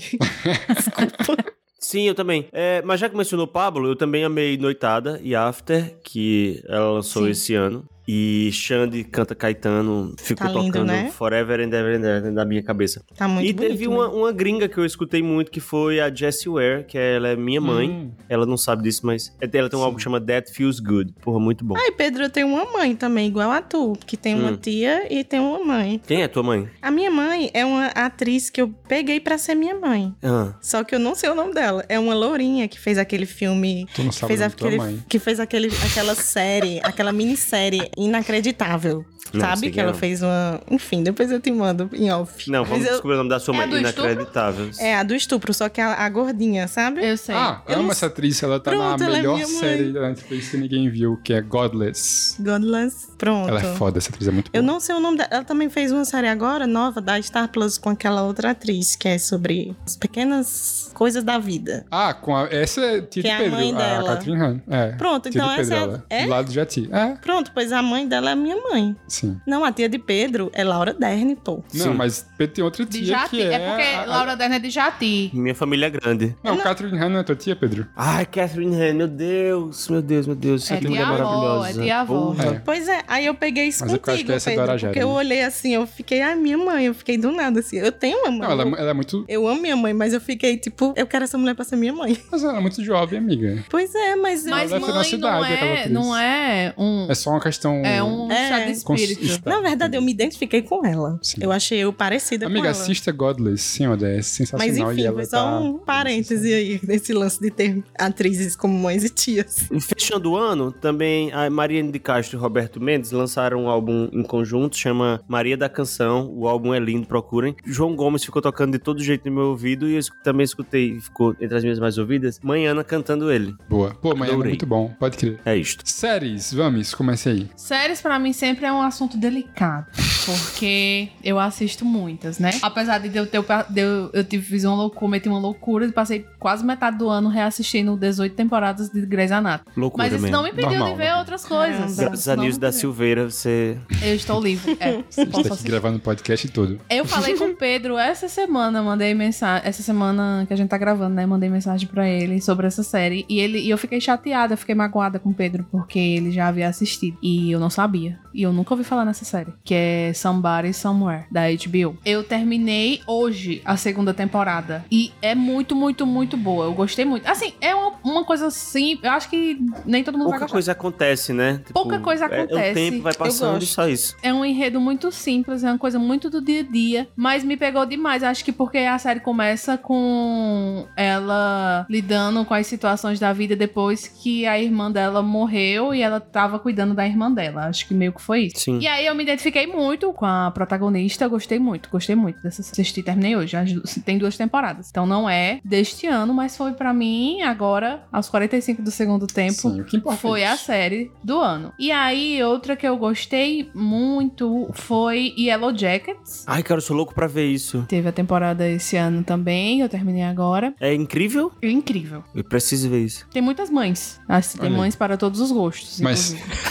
Speaker 3: Sim, eu também. É, mas já que mencionou Pablo, eu também amei Noitada e After, que ela lançou
Speaker 4: Sim.
Speaker 3: esse ano. E Xande canta Caetano, ficou
Speaker 5: Tá lindo,
Speaker 3: tocando
Speaker 5: né?
Speaker 3: Forever and Ever and Ever na minha cabeça.
Speaker 5: Tá muito
Speaker 3: e
Speaker 5: bonito.
Speaker 3: teve uma,
Speaker 5: né?
Speaker 3: uma gringa que eu escutei muito, que foi a Jessie Ware, que ela é minha mãe.
Speaker 2: Hum.
Speaker 3: Ela não sabe disso, mas é- ela tem um álbum que chama That Feels Good. Porra, muito bom.
Speaker 5: Ai, Pedro, eu tenho uma mãe também, igual a tu, que tem uma
Speaker 3: Hum.
Speaker 5: tia e tem uma mãe.
Speaker 3: Quem é tua mãe?
Speaker 5: A minha mãe é uma atriz que eu peguei pra ser minha mãe.
Speaker 3: Ah,
Speaker 5: Só que eu não sei o nome dela. É uma lourinha que fez aquele filme.
Speaker 2: Tu não
Speaker 5: Que
Speaker 2: sabe
Speaker 5: fez,
Speaker 2: da tua
Speaker 5: aquele,
Speaker 2: mãe.
Speaker 5: que fez aquele, aquela série, aquela minissérie inacreditável.
Speaker 3: Não, sei
Speaker 5: sabe?
Speaker 3: quem
Speaker 5: Que ela
Speaker 3: é.
Speaker 5: fez uma. Enfim, depois eu te mando em off.
Speaker 3: não, vamos
Speaker 5: Mas eu-
Speaker 3: descobrir o nome da sua
Speaker 4: É
Speaker 3: mãe.
Speaker 4: do estupro?
Speaker 3: Inacreditável.
Speaker 5: É a do estupro, só que a, a gordinha, sabe?
Speaker 4: Eu sei.
Speaker 2: Ah,
Speaker 5: Eu
Speaker 2: amo
Speaker 5: não-
Speaker 2: essa atriz, ela tá
Speaker 5: Pronto,
Speaker 2: na
Speaker 5: ela é
Speaker 2: melhor
Speaker 5: minha mãe.
Speaker 2: série da Netflix que ninguém viu, que é Godless.
Speaker 5: Godless. Pronto.
Speaker 2: Ela é foda, essa atriz é muito
Speaker 5: Eu
Speaker 2: boa.
Speaker 5: não sei o nome dela. Ela também fez uma série agora, nova, da Star Plus, com aquela outra atriz, que é sobre as pequenas coisas da vida.
Speaker 2: Ah, com a... essa é Titi
Speaker 5: Que é a
Speaker 2: Pedro,
Speaker 5: mãe dela.
Speaker 2: Catherine Han. É.
Speaker 5: Pronto,
Speaker 2: Titi
Speaker 5: então
Speaker 2: Pedro,
Speaker 5: essa é a-
Speaker 2: ela.
Speaker 5: é?
Speaker 2: Do lado de Jati. É,
Speaker 5: Pronto, pois a mãe dela é minha mãe.
Speaker 2: sim.
Speaker 5: Não, a tia de Pedro é Laura Dern, pô.
Speaker 2: Não,
Speaker 3: Sim.
Speaker 2: mas tem outra tia
Speaker 4: De
Speaker 2: que
Speaker 4: Jati.
Speaker 2: é...
Speaker 4: É, porque
Speaker 2: a- a-
Speaker 4: Laura Dern é de Jati.
Speaker 3: Minha família é grande.
Speaker 2: Não, Catherine Han não é tua tia, Pedro?
Speaker 3: Ai, Catherine Han, meu Deus, meu Deus, meu Deus.
Speaker 4: É
Speaker 3: que mulher
Speaker 4: tia-avó,
Speaker 3: maravilhosa.
Speaker 4: é tia-avó.
Speaker 3: Porra.
Speaker 2: É.
Speaker 5: Pois é, aí eu peguei isso
Speaker 2: Mas é porque eu acho
Speaker 5: contigo,
Speaker 2: que essa é da
Speaker 5: Pedro.
Speaker 2: Arajara,
Speaker 5: porque eu
Speaker 2: né?
Speaker 5: olhei assim, eu fiquei, ah, minha mãe, eu fiquei do nada assim. Eu tenho uma mãe.
Speaker 2: Não, ela, é- ela é muito...
Speaker 5: Eu amo minha mãe, mas eu fiquei tipo, eu quero essa mulher pra ser minha mãe.
Speaker 2: Mas ela é muito jovem, amiga.
Speaker 5: Pois é, mas, eu-
Speaker 4: Mas
Speaker 2: deve ter
Speaker 4: mãe
Speaker 2: nossa
Speaker 4: não,
Speaker 2: idade, aquela
Speaker 4: é,
Speaker 2: atriz.
Speaker 4: não é um...
Speaker 2: É só uma questão...
Speaker 4: É um
Speaker 5: É.
Speaker 4: chá de
Speaker 2: cons-
Speaker 4: espírito.
Speaker 2: está-
Speaker 5: Na verdade, eu me identifiquei com ela.
Speaker 2: Sim.
Speaker 5: Eu achei eu parecida com
Speaker 2: Amiga,
Speaker 5: ela.
Speaker 2: assista Godless, sim, olha, é
Speaker 5: Mas
Speaker 2: sensacional. e
Speaker 5: enfim,
Speaker 2: ela
Speaker 5: foi só
Speaker 2: tá...
Speaker 5: um parêntese aí nesse lance de ter atrizes como mães e tias.
Speaker 3: E fechando o ano, também a Mariane de Castro e Roberto Mendes lançaram um álbum em conjunto, chama Maria da Canção. O álbum é lindo, procurem. João Gomes ficou tocando de todo jeito no meu ouvido e eu escu- também escutei, ficou entre as minhas mais ouvidas, Manhana cantando ele.
Speaker 2: Boa. Pô, mas é
Speaker 3: Adorei.
Speaker 2: muito bom, pode crer.
Speaker 3: É isto.
Speaker 2: Séries, vamos, comece aí.
Speaker 4: Séries pra mim sempre é um assunto delicado, porque eu assisto muitas, né? Apesar de eu ter de eu, eu tive fiz uma loucura, cometi uma loucura e passei quase metade do ano reassistindo 18 temporadas de Grey's Anatomy.
Speaker 3: Loucura
Speaker 4: Mas isso
Speaker 3: mesmo.
Speaker 4: não me impediu
Speaker 2: Normal,
Speaker 4: de ver
Speaker 2: normal.
Speaker 4: outras coisas.
Speaker 5: Caramba.
Speaker 3: Graças
Speaker 4: Isso
Speaker 3: a
Speaker 4: não
Speaker 3: Nils
Speaker 4: me
Speaker 3: da
Speaker 4: impediu.
Speaker 3: Silveira, você...
Speaker 4: Eu estou livre. É,
Speaker 2: A gente tá
Speaker 4: posso
Speaker 2: aqui
Speaker 4: assistir.
Speaker 2: gravando o podcast todo.
Speaker 4: Eu falei com o Pedro essa semana, mandei mensagem. Essa semana que a gente tá gravando, né? Mandei mensagem pra ele sobre essa série. E, ele, e eu fiquei chateada, fiquei magoada com o Pedro, porque ele já havia assistido. E eu não sabia. E eu nunca ouvi falar nessa série, que é Somebody Somewhere, da HBO. Eu terminei hoje a segunda temporada. E é muito, muito, muito boa. Eu gostei muito. Assim, é uma, uma coisa assim. Eu acho que nem todo mundo vai
Speaker 3: Pouca
Speaker 4: gostar.
Speaker 3: coisa acontece, né? Tipo,
Speaker 4: Pouca coisa
Speaker 3: é-
Speaker 4: acontece.
Speaker 3: o tempo vai
Speaker 4: Eu
Speaker 3: passando e
Speaker 4: gosto.
Speaker 3: só isso.
Speaker 4: É um enredo muito simples, é uma coisa muito do dia a dia, mas me pegou demais. Acho que porque a série começa com ela lidando com as situações da vida depois que a irmã dela morreu e ela tava cuidando da irmã dela. Acho que meio que foi isso.
Speaker 3: Sim.
Speaker 4: E aí eu me identifiquei muito com a protagonista, gostei muito, gostei muito dessa série. assisti, terminei hoje, as du- tem duas temporadas. Então não é deste ano, mas foi pra mim agora aos 45 do segundo tempo.
Speaker 2: Sim, o que importa é
Speaker 4: Foi a
Speaker 2: isso.
Speaker 4: série do ano. E aí, outra que eu gostei muito foi Yellow Jackets.
Speaker 3: Ai, cara, eu sou louco pra ver isso.
Speaker 4: Teve a temporada esse ano também, eu terminei agora.
Speaker 3: É incrível?
Speaker 4: É incrível.
Speaker 3: Eu preciso ver isso.
Speaker 4: Tem muitas mães. Assim, tem
Speaker 2: Olha aí.
Speaker 4: mães para todos os gostos.
Speaker 2: Mas- é
Speaker 4: inclusive.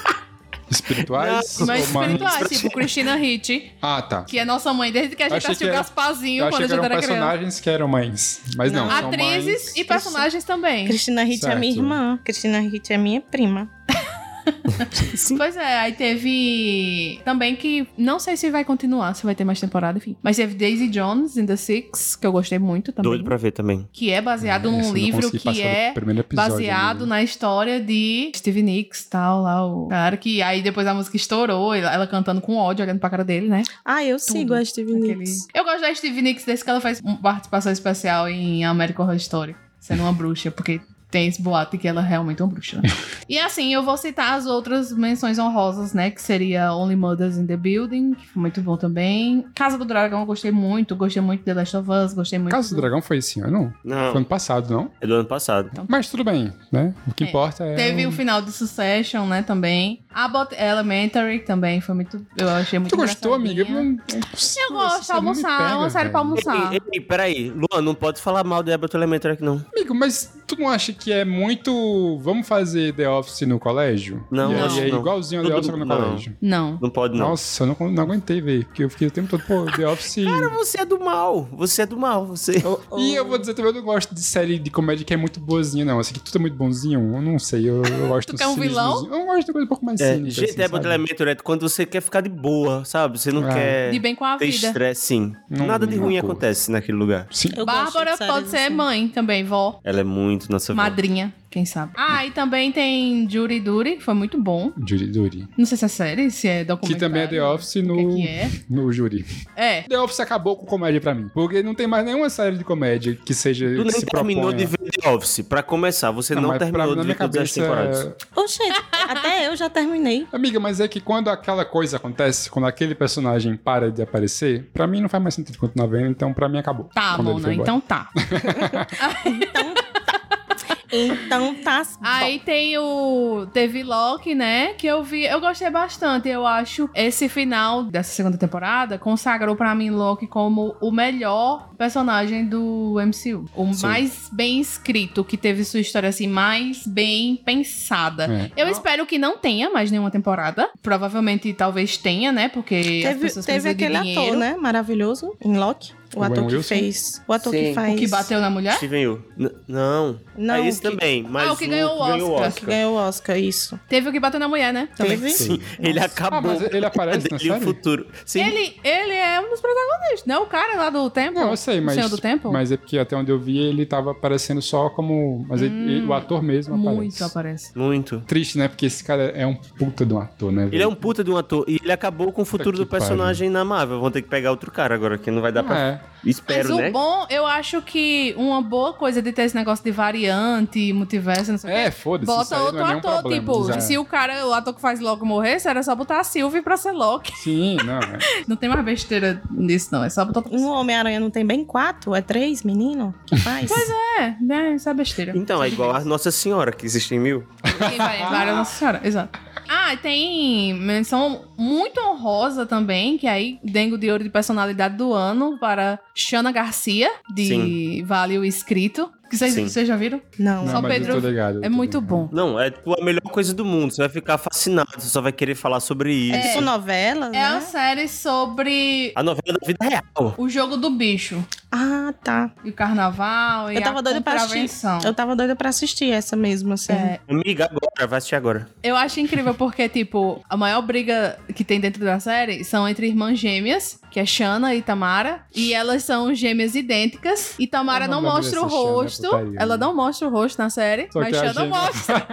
Speaker 2: Espirituais?
Speaker 4: Mães
Speaker 2: ou mães-
Speaker 4: espirituais, tipo Christina Hitch,
Speaker 2: Ah, tá.
Speaker 4: que é nossa mãe desde que a
Speaker 2: Eu
Speaker 4: gente
Speaker 2: achei
Speaker 4: assistiu
Speaker 2: que era-
Speaker 4: Gasparzinho
Speaker 2: Eu
Speaker 4: quando
Speaker 2: achei
Speaker 4: a
Speaker 2: que
Speaker 4: gente
Speaker 2: eram
Speaker 4: era criança.
Speaker 2: personagens que eram mães. Mas não,
Speaker 5: Não.
Speaker 2: são
Speaker 4: Atrizes
Speaker 2: mães...
Speaker 4: e personagens também.
Speaker 5: Cristina Hitch é minha
Speaker 2: Certo.
Speaker 5: irmã. Cristina Hitch é minha prima.
Speaker 4: Pois é, aí teve também que não sei se vai continuar, se vai ter mais temporada, enfim. Mas teve Daisy Jones in the Six, que eu gostei muito também.
Speaker 3: Doido pra ver também.
Speaker 4: Que é baseado
Speaker 2: Essa assim, eu
Speaker 4: num
Speaker 2: não
Speaker 4: livro
Speaker 2: consegui
Speaker 4: que
Speaker 2: passar do
Speaker 4: é
Speaker 2: primeiro episódio,
Speaker 4: baseado
Speaker 2: amiga.
Speaker 4: na história de Steve Nicks, tal, lá o cara que aí depois a música estourou, ela ela cantando com ódio, olhando pra cara dele, né?
Speaker 5: Ah, eu sigo a Stevie
Speaker 4: Aquele-
Speaker 5: Nicks.
Speaker 4: Eu gosto da Steve Nicks desde que ela faz uma participação especial em American Horror Story, sendo uma bruxa, porque tem esse boato que ela é realmente é uma bruxa. né? e assim, eu vou citar as outras menções honrosas, né? Que seria Only Mothers in the Building, que foi muito bom também. Casa do Dragão, eu gostei muito. Gostei muito de The Last of Us, gostei muito.
Speaker 2: Casa do Dragão foi esse ano? Foi
Speaker 3: Não,
Speaker 2: ano passado, não?
Speaker 3: é do ano passado.
Speaker 2: Mas tudo bem, né? O que
Speaker 4: É.
Speaker 2: importa é...
Speaker 4: Teve o
Speaker 2: o-
Speaker 4: final de Succession, né, também. Abbott Elementary também foi muito... Eu achei muito
Speaker 2: Tu gostou, amiga?
Speaker 4: engraçadinha.
Speaker 2: Não-
Speaker 4: Eu gosto,
Speaker 2: Nossa, não me
Speaker 4: almoçar. É uma
Speaker 2: pega,
Speaker 4: série pra
Speaker 2: velho.
Speaker 4: almoçar.
Speaker 3: Ei, ei, peraí, Luan, não pode falar mal de Abbott Elementary aqui, não.
Speaker 2: Amigo, mas tu não acha que é muito. Vamos fazer The Office no colégio?
Speaker 3: Não,
Speaker 2: e aí
Speaker 4: acho
Speaker 2: é
Speaker 3: não.
Speaker 2: igualzinho a The
Speaker 3: Não,
Speaker 2: Office só que no
Speaker 3: não.
Speaker 2: colégio.
Speaker 4: Não.
Speaker 3: Não pode, não.
Speaker 2: Nossa, eu não, con- não aguentei, velho. Porque eu fiquei o tempo todo, pô, The Office.
Speaker 3: Você é do mal. Você é do mal. Você.
Speaker 2: E eu vou dizer também, eu não gosto de série de comédia que é muito boazinha, não. Assim, que tudo é muito bonzinho. Eu não sei, eu, eu gosto
Speaker 4: Tu quer um
Speaker 2: cinismozinho.
Speaker 4: vilão?
Speaker 2: Eu gosto de coisa um pouco mais
Speaker 3: É,
Speaker 2: cínica.
Speaker 3: gente,
Speaker 2: assim,
Speaker 3: é
Speaker 2: sabe?
Speaker 3: bom elemento, né? Quando você quer ficar de boa, sabe? Você não
Speaker 2: Ah.
Speaker 3: quer
Speaker 5: é
Speaker 4: De bem com a
Speaker 3: ter
Speaker 4: vida.
Speaker 3: estresse, sim.
Speaker 2: Não-
Speaker 3: Nada de
Speaker 2: não é
Speaker 3: ruim
Speaker 2: ocorre.
Speaker 3: acontece naquele lugar.
Speaker 2: Sim.
Speaker 5: Eu gosto de
Speaker 4: Bárbara
Speaker 5: séries
Speaker 4: pode ser
Speaker 5: assim.
Speaker 4: mãe também, vó.
Speaker 3: Ela é muito nossa avó.
Speaker 4: Madrinha, quem sabe. Ah, e também tem Jury Duty, que foi muito bom.
Speaker 2: Júri, Duri.
Speaker 4: Não sei se é série, se é
Speaker 2: Que
Speaker 4: documentário.
Speaker 2: também é The Office no,
Speaker 4: O que é que
Speaker 2: no júri.
Speaker 4: é? É.
Speaker 2: The Office acabou com comédia pra mim. Porque não tem mais nenhuma série de comédia que seja.
Speaker 3: Tu
Speaker 2: que
Speaker 3: nem
Speaker 2: se
Speaker 3: terminou
Speaker 2: proponha...
Speaker 3: de ver The Office. Pra começar, você não,
Speaker 2: mas pra
Speaker 3: terminou
Speaker 2: mim, na
Speaker 3: de ver
Speaker 2: minha
Speaker 3: todas as
Speaker 2: cabeça. é-
Speaker 3: temporadas.
Speaker 5: Ô, gente, até eu já terminei.
Speaker 2: Amiga, mas é que quando aquela coisa acontece, quando aquele personagem para de aparecer, pra mim não faz mais sentido continuar vendo, então pra mim acabou.
Speaker 4: Tá,
Speaker 2: Quando ele
Speaker 4: Mona,
Speaker 2: foi embora.
Speaker 4: então tá.
Speaker 5: Então tá.
Speaker 4: Aí tem o. Teve Loki, né? Que eu vi. Eu gostei bastante, eu acho. Esse final dessa segunda temporada consagrou pra mim Loki como o melhor personagem do MCU. O
Speaker 3: Sim.
Speaker 4: mais bem escrito, que teve sua história assim, mais bem pensada.
Speaker 2: É.
Speaker 4: Eu espero que não tenha mais nenhuma temporada. Provavelmente talvez tenha, né? Porque as
Speaker 5: Teve,
Speaker 4: pessoas precisam
Speaker 5: teve
Speaker 4: de
Speaker 5: aquele ator,
Speaker 4: dinheiro.
Speaker 5: né? Maravilhoso, em Loki. O
Speaker 2: O
Speaker 5: ator
Speaker 2: Owen
Speaker 5: que
Speaker 2: Wilson?
Speaker 5: fez. O ator
Speaker 1: Sim.
Speaker 5: que
Speaker 1: O
Speaker 5: faz.
Speaker 4: O que bateu na mulher?
Speaker 3: Steven Yeun. N- Não.
Speaker 5: Não,
Speaker 3: é esse
Speaker 5: que-
Speaker 3: também. Mas
Speaker 4: o que ganhou o Oscar.
Speaker 5: que Ganhou o Oscar, isso.
Speaker 4: Teve o que bateu na mulher, né? Também.
Speaker 5: Teve?
Speaker 3: Sim, ele
Speaker 2: Ah,
Speaker 3: acabou.
Speaker 2: mas ele aparece na
Speaker 3: dele o
Speaker 2: série?
Speaker 3: futuro. Sim.
Speaker 4: Ele, ele é um dos protagonistas, não? O cara lá do tempo?
Speaker 2: Não, assim, eu sei,
Speaker 4: o
Speaker 2: mas.
Speaker 4: Senhor do tempo?
Speaker 2: Mas é porque até onde eu vi, ele tava aparecendo só como. Mas ele- ele- o ator mesmo aparece.
Speaker 4: Hum, Muito aparece.
Speaker 3: Muito.
Speaker 2: Triste, né? Porque esse cara é um puta de um ator, né?
Speaker 3: Ele é um puta de um ator. E ele acabou com o futuro
Speaker 2: que
Speaker 3: do personagem na Marvel. Vão ter que pegar outro cara agora, que não vai dar pra.
Speaker 2: É.
Speaker 3: Espero,
Speaker 4: mas
Speaker 3: né?
Speaker 4: o bom, eu acho que uma boa coisa de ter esse negócio de variante, multiverso, não sei o quê.
Speaker 2: É, foda-se. isso
Speaker 4: Bota
Speaker 2: aí
Speaker 4: outro
Speaker 2: não é nenhum
Speaker 4: ator,
Speaker 2: problema,
Speaker 4: tipo,
Speaker 2: já-
Speaker 4: se o cara, o ator que faz Loki morresse, era só botar a Sylvie pra ser Loki.
Speaker 2: Sim, não. É.
Speaker 4: Não tem mais besteira nisso, não. É só botar outra
Speaker 5: Um
Speaker 4: pessoa.
Speaker 5: Homem-Aranha não tem bem quatro? É três, menino? Que faz? pois é.
Speaker 4: É, né? Isso é besteira.
Speaker 3: Então, é igual a Nossa Senhora, que existe em mil.
Speaker 4: Quem vai levar é Nossa Senhora, exato. Ah, e tem menção muito honrosa também, que é aí Dengo de Ouro de Personalidade do Ano para Xana Garcia, de
Speaker 3: Sim.
Speaker 4: Vale o Escrito. Que vocês
Speaker 3: Sim.
Speaker 4: vocês já viram?
Speaker 5: Não.
Speaker 4: Só
Speaker 2: não mas
Speaker 4: Pedro-
Speaker 2: eu tô ligado. eu
Speaker 4: É
Speaker 2: tô
Speaker 4: muito
Speaker 2: ligado.
Speaker 4: bom.
Speaker 3: Não, é tipo, a melhor coisa do mundo. Você vai ficar fascinado, você só vai querer falar sobre isso.
Speaker 5: É tipo novela,
Speaker 4: É uma
Speaker 5: né?
Speaker 4: série sobre
Speaker 3: A novela da vida real.
Speaker 4: o jogo do bicho.
Speaker 5: Ah, tá.
Speaker 4: E o carnaval e
Speaker 5: Eu tava
Speaker 4: a
Speaker 5: doida pra assistir.
Speaker 4: contravenção.
Speaker 5: Eu tava doida pra assistir essa mesmo, assim.
Speaker 4: É,
Speaker 3: Amiga, agora, vai assistir agora.
Speaker 4: Eu acho incrível porque, tipo, a maior briga que tem dentro da série são entre irmãs gêmeas, que é Shanna e Tamara, e elas são gêmeas idênticas, e Tamara
Speaker 2: O
Speaker 4: não
Speaker 2: nome da
Speaker 4: mostra o
Speaker 2: mulher se chama,
Speaker 4: rosto,
Speaker 2: putaria,
Speaker 4: ela
Speaker 2: né?
Speaker 4: não mostra o rosto na série,
Speaker 2: Só
Speaker 4: mas
Speaker 2: que é a
Speaker 4: Shanna
Speaker 2: gêmea-
Speaker 4: mostra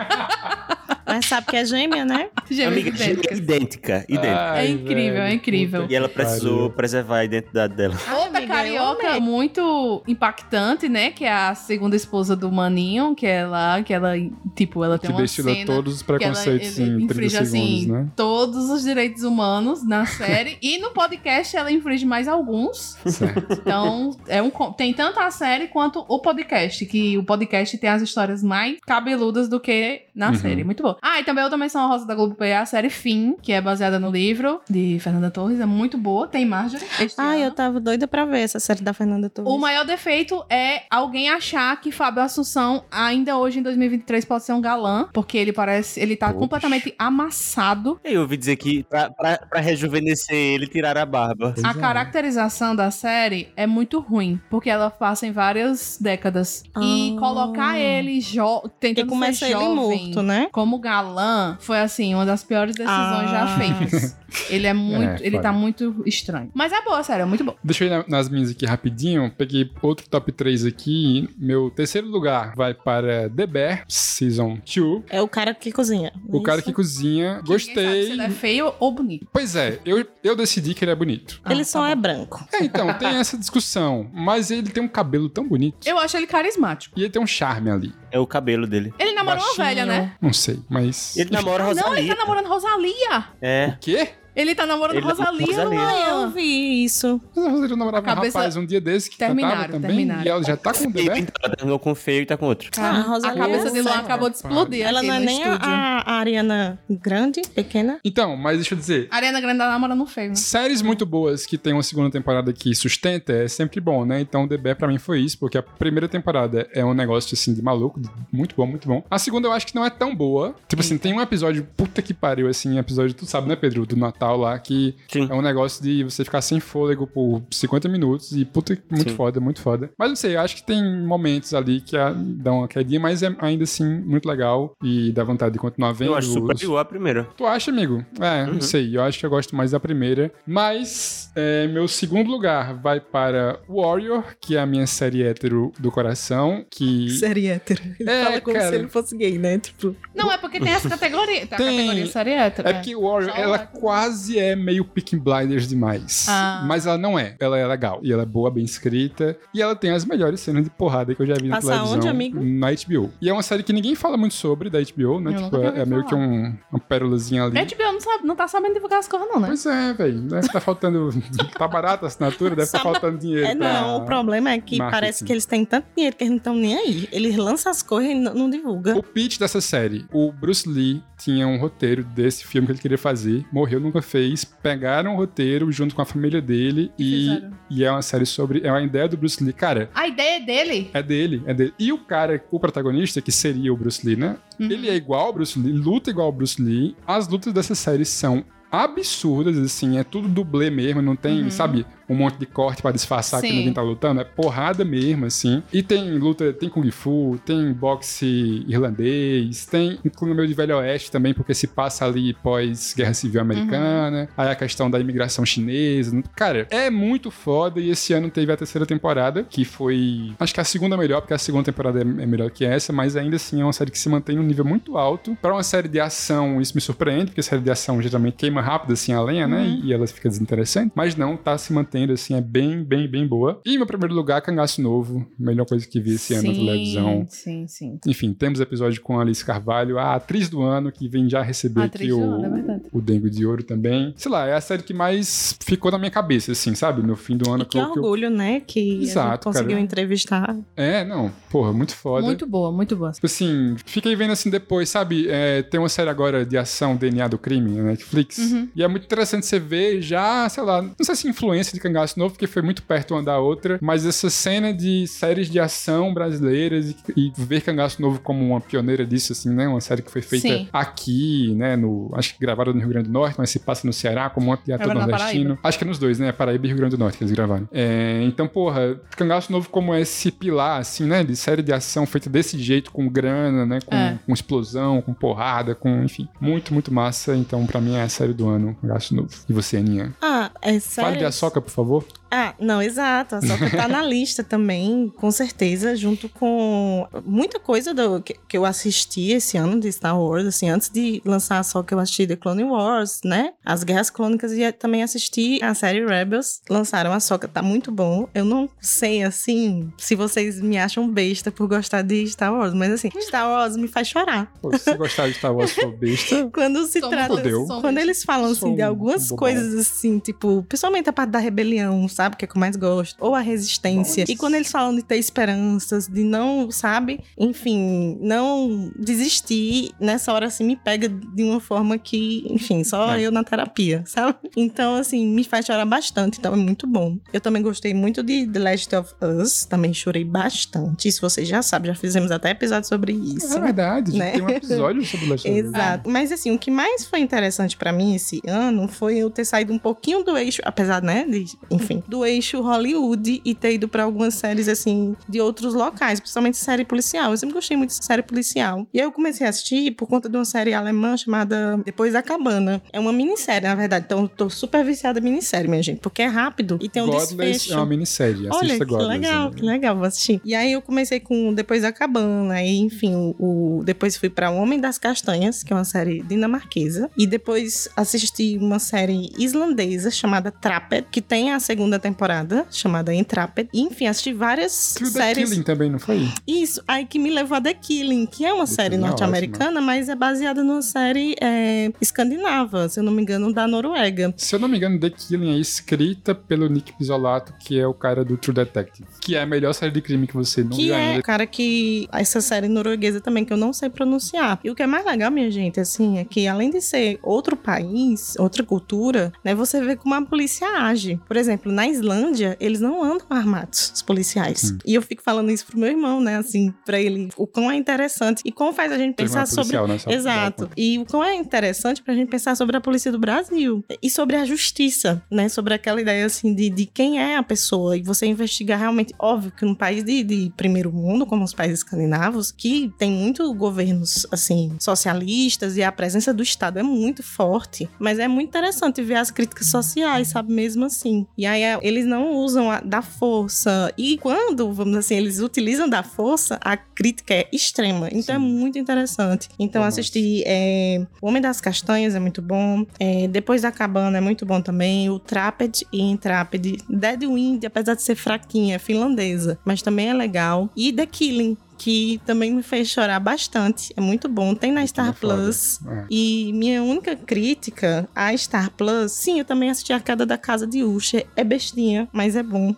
Speaker 5: Mas sabe que é gêmea, né?
Speaker 4: gêmeas
Speaker 3: Amiga, idêntica.
Speaker 4: idênticas.
Speaker 3: Idêntica, idêntica.
Speaker 2: Ai,
Speaker 4: incrível, é
Speaker 2: velho,
Speaker 4: incrível.
Speaker 2: puta
Speaker 3: e ela
Speaker 2: que
Speaker 3: precisou
Speaker 2: pariu.
Speaker 3: preservar a identidade dela.
Speaker 4: Outra
Speaker 5: Ah, amiga,
Speaker 4: é
Speaker 5: é eu
Speaker 4: carioca
Speaker 5: amei.
Speaker 4: muito impactante, né? Que é a segunda esposa do Maninho, que é lá, que ela, tipo, ela tem
Speaker 2: Que
Speaker 4: uma
Speaker 2: destila
Speaker 4: cena...
Speaker 2: todos os
Speaker 4: que ela
Speaker 2: preconceitos
Speaker 4: ele
Speaker 2: em 30
Speaker 4: infringe
Speaker 2: segundos,
Speaker 4: assim
Speaker 2: né?
Speaker 4: todos os direitos humanos na série e no podcast ela infringe mais alguns.
Speaker 2: Certo.
Speaker 4: Então, é um co- tem tanto a série quanto o podcast, que o podcast tem as histórias mais cabeludas do que na
Speaker 2: Uhum.
Speaker 4: série. Muito bom. Ah, e também outra menção rosa da Globo é a série Fim, que é baseada no livro de Fernanda Torres, é muito boa, tem Marjorie. Este
Speaker 5: Ai, eu
Speaker 4: ano.
Speaker 5: tava doida pra ver essa série da Fernanda Torres.
Speaker 4: O maior defeito é alguém achar que Fábio Assunção, ainda hoje em 2023, pode ser um galã, porque ele parece. Ele tá
Speaker 3: Poxa.
Speaker 4: completamente amassado.
Speaker 3: Eu ouvi dizer que pra, pra- pra rejuvenescer ele, tiraram a barba.
Speaker 4: A
Speaker 2: é.
Speaker 4: caracterização da série é muito ruim, porque ela passa em várias décadas. E
Speaker 5: Ah.
Speaker 4: colocar ele jo
Speaker 5: Porque
Speaker 4: tentando
Speaker 5: começa
Speaker 4: ser
Speaker 5: ele
Speaker 4: então jovem
Speaker 5: morto, né?
Speaker 4: como galã foi assim, uma das piores decisões já
Speaker 5: Ah.
Speaker 4: feitas. Ele é muito,
Speaker 2: É,
Speaker 4: ele tá
Speaker 2: foda.
Speaker 4: muito estranho. Mas é boa, sério, é muito boa.
Speaker 2: Deixa eu ir na- nas minhas aqui rapidinho. Peguei outro top 3 aqui. Meu terceiro lugar vai para The Bear, Season 2.
Speaker 5: É o cara que cozinha.
Speaker 2: O cara que cozinha.
Speaker 4: Ninguém sabe se
Speaker 2: Gostei.
Speaker 4: ele é feio ou bonito.
Speaker 2: Pois é, eu, eu decidi que ele é bonito.
Speaker 5: Ele
Speaker 4: Ah,
Speaker 5: só
Speaker 4: tá
Speaker 5: é
Speaker 4: bom.
Speaker 5: branco.
Speaker 2: É, então, tem essa discussão. Mas ele tem um cabelo tão bonito.
Speaker 4: Eu acho ele carismático.
Speaker 2: E ele tem um charme ali.
Speaker 3: É o cabelo dele.
Speaker 4: Ele namorou
Speaker 2: Baixinho,
Speaker 4: uma velha, né?
Speaker 2: Não sei, mas.
Speaker 3: Ele namora a
Speaker 4: Ah, não, ele
Speaker 3: Rosalie.
Speaker 4: tá namorando Rosalia.
Speaker 3: É.
Speaker 2: Quê?
Speaker 4: Ele tá namorando
Speaker 3: Ele tá com
Speaker 4: Rosalia,
Speaker 3: Rosalia.
Speaker 5: Ah, eu
Speaker 4: Luan.
Speaker 5: vi isso.
Speaker 2: Mas a Rosalia namorava
Speaker 4: A cabeça-
Speaker 2: um rapaz um dia desse que
Speaker 4: Terminaram,
Speaker 2: cantava também.
Speaker 4: terminaram.
Speaker 2: E ela já tá com o
Speaker 3: Feio,
Speaker 2: bebê?
Speaker 3: então, ela terminou com o feio e tá com outro.
Speaker 5: Ah, a
Speaker 4: A
Speaker 5: Rosalia
Speaker 4: cabeça de
Speaker 5: é
Speaker 4: Luan
Speaker 5: séria.
Speaker 4: acabou de explodir
Speaker 5: Ela
Speaker 4: aqui
Speaker 5: não é
Speaker 4: no
Speaker 5: nem a,
Speaker 4: estúdio.
Speaker 5: a Ariana grande, pequena.
Speaker 2: Então, mas deixa eu dizer.
Speaker 4: Ariana Grande tá namorando feio. né?
Speaker 2: Séries muito boas que tem uma segunda temporada que sustenta é sempre bom, né? Então o The Bear pra mim foi isso, porque a primeira temporada é um negócio assim de maluco, muito bom, muito bom. A segunda eu acho que não é tão boa. Tipo assim, tem um episódio, puta que pariu, assim, um episódio, tu sabe, né, Pedro, do Natal lá, que
Speaker 3: Sim.
Speaker 2: é um negócio de você ficar sem fôlego por 50 minutos e puta, que- muito
Speaker 3: Sim.
Speaker 2: foda, muito foda. Mas não sei, eu acho que tem momentos ali que ah, dão uma quedinha, mas é ainda assim muito legal e dá vontade de continuar vendo.
Speaker 3: Eu acho
Speaker 2: Os-
Speaker 3: superior a primeira.
Speaker 2: Tu acha, amigo? É, não sei. Eu acho que eu gosto mais da primeira. Mas é, meu segundo lugar vai para Warrior, que é a minha série hétero do coração. Que.
Speaker 5: Série hétero. Ele
Speaker 2: É,
Speaker 5: fala como
Speaker 2: cara.
Speaker 5: se ele fosse gay, né? Tipo,
Speaker 4: Não, é porque tem essa categoria. Tem a
Speaker 2: Tem.
Speaker 4: categoria série hétero.
Speaker 2: É
Speaker 4: é.
Speaker 2: porque Warrior,
Speaker 4: Só
Speaker 2: ela
Speaker 4: uma-
Speaker 2: quase é meio Peaky Blinders demais.
Speaker 4: Ah.
Speaker 2: Mas ela não é. Ela é legal. E ela é boa, bem escrita. E ela tem as melhores cenas de porrada que eu já vi
Speaker 5: Passa
Speaker 2: na televisão.
Speaker 5: onde, amigo?
Speaker 2: Na HBO. E é uma série que ninguém fala muito sobre da HBO, né?
Speaker 4: Eu
Speaker 2: tipo,
Speaker 4: nunca
Speaker 2: é,
Speaker 4: ouvi
Speaker 2: é meio
Speaker 4: falar.
Speaker 2: que um, uma pérolazinha ali.
Speaker 4: A HBO não, sabe, não tá sabendo divulgar as coisas, não, né?
Speaker 2: Pois é, velho. Deve tá faltando. tá barata a assinatura, deve estar
Speaker 5: Só-
Speaker 2: faltando dinheiro.
Speaker 5: É,
Speaker 2: pra-
Speaker 5: não, o problema é que
Speaker 2: tá. marketing.
Speaker 5: parece que eles têm tanto dinheiro que eles não estão nem aí. Eles lançam as coisas e n- não divulgam.
Speaker 2: O pitch dessa série, o Bruce Lee tinha um roteiro desse filme que ele queria fazer, morreu, nunca fez, pegaram o roteiro junto com a família dele e,
Speaker 4: Fizeram.
Speaker 2: e é uma série sobre, é uma ideia do Bruce Lee, cara,
Speaker 4: A ideia dele.
Speaker 2: é dele, é dele. E o cara, o protagonista, que seria o Bruce Lee, né?
Speaker 4: Uhum.
Speaker 2: Ele é igual ao Bruce Lee, luta igual ao Bruce Lee, as lutas dessa série são absurdas, assim, é tudo dublê mesmo, não tem,
Speaker 4: Uhum.
Speaker 2: sabe, um monte de corte pra disfarçar que
Speaker 4: Sim.
Speaker 2: ninguém tá lutando, é porrada mesmo, assim. E tem luta, tem Kung Fu, tem boxe irlandês, tem inclui no meio de Velho Oeste também, porque se passa ali pós-Guerra Civil Americana,
Speaker 4: Uhum.
Speaker 2: aí a questão da imigração chinesa. Cara, é muito foda e esse ano teve a terceira temporada, que foi, acho que a segunda melhor, porque a segunda temporada é é melhor que essa, mas ainda assim é uma série que se mantém num nível muito alto. Pra uma série de ação, isso me surpreende, porque série de ação geralmente queima rápido, assim, a lenha, né?
Speaker 4: Uhum.
Speaker 2: E ela fica desinteressante. Mas não, tá se mantendo, assim, é bem, bem, bem boa. E meu primeiro lugar, Cangaço Novo. Melhor coisa que vi esse ano na televisão.
Speaker 4: Sim, sim.
Speaker 2: Enfim, temos episódio com a Alice Carvalho, a atriz do ano, que vem já receber aqui
Speaker 4: Atriz do ano, é
Speaker 2: o,
Speaker 4: verdade.
Speaker 2: o Dengo de Ouro também. Sei lá, é a série que mais ficou na minha cabeça, assim, sabe? No fim do ano.
Speaker 5: E que
Speaker 2: eu- eu-
Speaker 5: orgulho, né? Que a gente
Speaker 2: Exato,
Speaker 5: conseguiu
Speaker 2: cara.
Speaker 5: entrevistar.
Speaker 2: É, não, porra, muito foda.
Speaker 4: Muito boa, muito boa.
Speaker 2: Tipo assim, fiquei vendo assim depois, sabe? É, tem uma série agora de ação DNA do crime na Netflix.
Speaker 4: Uhum.
Speaker 2: E é muito interessante você ver já, sei lá, não sei se é influência de Cangaço Novo, porque foi muito perto uma da outra, mas essa cena de séries de ação brasileiras e, e ver Cangaço Novo como uma pioneira disso, assim, né? Uma série que foi feita
Speaker 4: Sim.
Speaker 2: aqui, né? No, acho que gravaram no Rio Grande do Norte, mas se passa no Ceará, como um monte de ator
Speaker 4: Gravaram na
Speaker 2: nordestino. Acho que é nos dois, né? Paraíba e Rio Grande do Norte que eles gravaram. É, então, porra, Cangaço Novo como esse pilar, assim, né? De série de ação feita desse jeito, com grana, né? Com,
Speaker 4: É.
Speaker 2: com explosão, com porrada, com, enfim. Muito, muito massa. Então, pra mim, é a série do ano, Cangaço Novo. E você, Aninha?
Speaker 5: Ah,
Speaker 2: Fale
Speaker 5: é
Speaker 2: de
Speaker 5: sério?
Speaker 2: Açoca, por favor.
Speaker 5: Ah, não, exato. A Soca tá na lista também, com certeza, junto com muita coisa do- que, que eu assisti esse ano de Star Wars, assim, antes de lançar a Soca, eu assisti The Clone Wars, né? As Guerras Clônicas e também assisti a série Rebels. Lançaram a Soca, tá muito bom. Eu não sei, assim, se vocês me acham besta por gostar de Star Wars, mas assim, Star Wars me faz chorar.
Speaker 2: Pô, se você gostar de Star Wars, for besta.
Speaker 5: Quando se
Speaker 4: Somos
Speaker 5: trata
Speaker 2: Fudeu.
Speaker 4: somos-
Speaker 5: quando eles falam
Speaker 2: Sou
Speaker 5: assim de
Speaker 2: um
Speaker 5: algumas
Speaker 2: bobão.
Speaker 5: coisas assim, tipo, principalmente a parte da rebelião, sabe? Que é que eu mais gosto, ou a resistência. E quando eles falam de ter esperanças, de não, sabe? Enfim, não desistir, nessa hora assim me pega de uma forma que, enfim, só
Speaker 2: É.
Speaker 5: eu na terapia, sabe? Então, assim, me faz chorar bastante, então é muito bom. Eu também gostei muito de The Last of Us, também chorei bastante. Isso vocês já sabem, já fizemos até episódio sobre isso.
Speaker 2: É verdade, gente,
Speaker 5: Né?
Speaker 2: tem um episódio sobre Last of Us.
Speaker 5: Exato. Mas assim, o que mais foi interessante pra mim esse ano foi eu ter saído um pouquinho do eixo, apesar, né, de, enfim, do eixo Hollywood e ter ido pra algumas séries assim de outros locais, principalmente série policial. Eu sempre gostei muito de série policial. E aí eu comecei a assistir por conta de uma série alemã chamada Depois da Cabana. É uma minissérie, na verdade. Então eu tô super viciada em minissérie, minha gente, porque é rápido e tem um
Speaker 2: Godless
Speaker 5: desfecho.
Speaker 2: é uma minissérie.
Speaker 5: Olha,
Speaker 2: Assista
Speaker 5: que
Speaker 2: Godless.
Speaker 5: legal,
Speaker 2: né?
Speaker 5: que legal, vou assistir. E aí eu comecei com Depois da Cabana, aí enfim, o, o- depois fui pra Homem das Castanhas, que é uma série dinamarquesa, e depois assisti uma série islandesa chamada Trapped, que tem a segunda segunda temporada, chamada Entraped. E, enfim, assisti várias
Speaker 2: Que o The
Speaker 5: séries.
Speaker 2: Killing também, não foi?
Speaker 5: Isso, aí que me levou a The Killing, que é uma
Speaker 2: The
Speaker 5: série
Speaker 2: Killing é
Speaker 5: norte-americana, mas é baseada numa série é, escandinava, se eu não me engano, da Noruega.
Speaker 2: Se eu não me engano, The Killing é escrita pelo Nick Pizzolato, que é o cara do True Detective. Que é a melhor série de crime que você não
Speaker 5: Que
Speaker 2: viu
Speaker 5: é o
Speaker 2: ainda.
Speaker 5: cara que. Essa série norueguesa também, que eu não sei pronunciar. E o que é mais legal, minha gente, assim, é que além de ser outro país, outra cultura, né, você vê como a polícia age. Por exemplo, na Islândia, eles não andam armados, os policiais.
Speaker 2: Hum.
Speaker 5: E eu fico falando isso pro meu irmão, né, assim, pra ele, o quão é interessante e como faz a gente
Speaker 2: Tem uma
Speaker 5: pensar sobre
Speaker 2: policial, né, só pra dar
Speaker 5: Exato.
Speaker 2: uma-
Speaker 5: E o que é interessante pra gente pensar sobre a polícia do Brasil e sobre a justiça, né? Sobre aquela ideia assim de, de quem é a pessoa e você investigar realmente. Óbvio que num país de, de primeiro mundo, como os países escandinavos, que tem muito governos assim socialistas e a presença do Estado é muito forte, mas é muito interessante ver as críticas sociais, sabe? Mesmo assim. E aí é, eles não usam a, da força. E quando, vamos dizer assim, eles utilizam da força, a crítica é extrema. Então é
Speaker 2: Sim.
Speaker 5: muito interessante. Então,
Speaker 2: Bom,
Speaker 5: assisti é, O Homem das Castanhas é muito bom. é, Depois da Cabana é muito bom também. O Trapped e Intrapid. Dead Wind, apesar de ser fraquinha, é finlandesa, mas também é legal. E The Killing, que também me fez chorar bastante. É muito bom. Tem na
Speaker 2: The Killing é
Speaker 5: Star
Speaker 2: foda.
Speaker 5: Plus.
Speaker 2: É.
Speaker 5: E minha única crítica à Star Plus, sim, eu também assisti a queda da casa de Usher. É bestinha, mas é bom.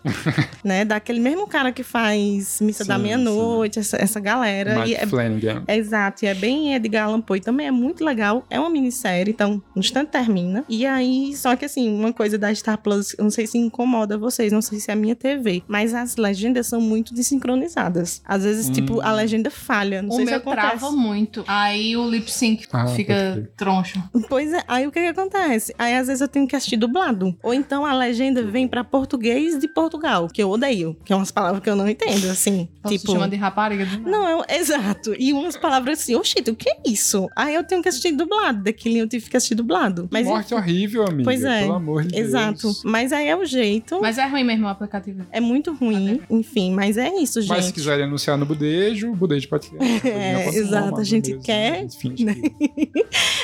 Speaker 5: né? Daquele mesmo cara que faz Missa da
Speaker 2: Sim,
Speaker 5: Meia-Noite, essa, essa galera. E
Speaker 2: Mike
Speaker 5: é
Speaker 2: Flanagan.
Speaker 5: Exato, e é bem Edgar Allan Poe também, é muito legal. É uma minissérie, então no instante termina. E aí, só que assim, uma coisa da Star Plus, eu não sei se incomoda vocês, não sei se é a minha TV, mas as legendas são muito desincronizadas. Às vezes,
Speaker 2: Hum.
Speaker 5: tipo, a legenda falha, não
Speaker 4: O
Speaker 5: sei se
Speaker 4: meu
Speaker 5: acontece.
Speaker 4: trava muito. Aí o lip sync
Speaker 2: Ah, pode
Speaker 4: fica troncho.
Speaker 5: Pois é, aí o que que acontece? Aí às vezes eu tenho que assistir dublado. Ou então a legenda vem pra português de Portugal, que eu odeio, que é umas palavras que eu não entendo, assim.
Speaker 4: Posso te
Speaker 5: tipo,
Speaker 4: chamar Então de rapariga? do
Speaker 2: Tá.
Speaker 4: nada.
Speaker 5: Não, é um- exato. E umas palavras assim, oxente, o que é isso? Aí eu tenho que assistir dublado, daquele eu tive que assistir dublado. Mas,
Speaker 2: Morte horrível, amiga.
Speaker 5: Pois é.
Speaker 2: Pelo amor de
Speaker 5: exato.
Speaker 2: Deus.
Speaker 5: Mas aí é o jeito.
Speaker 4: Mas é ruim mesmo o aplicativo.
Speaker 5: É muito ruim, enfim, mas é isso, gente.
Speaker 2: Tá Mas se quiserem anunciar no Budejo, o Budejo pode
Speaker 5: É, exato, a gente quer,
Speaker 2: Enfim, acho né? que-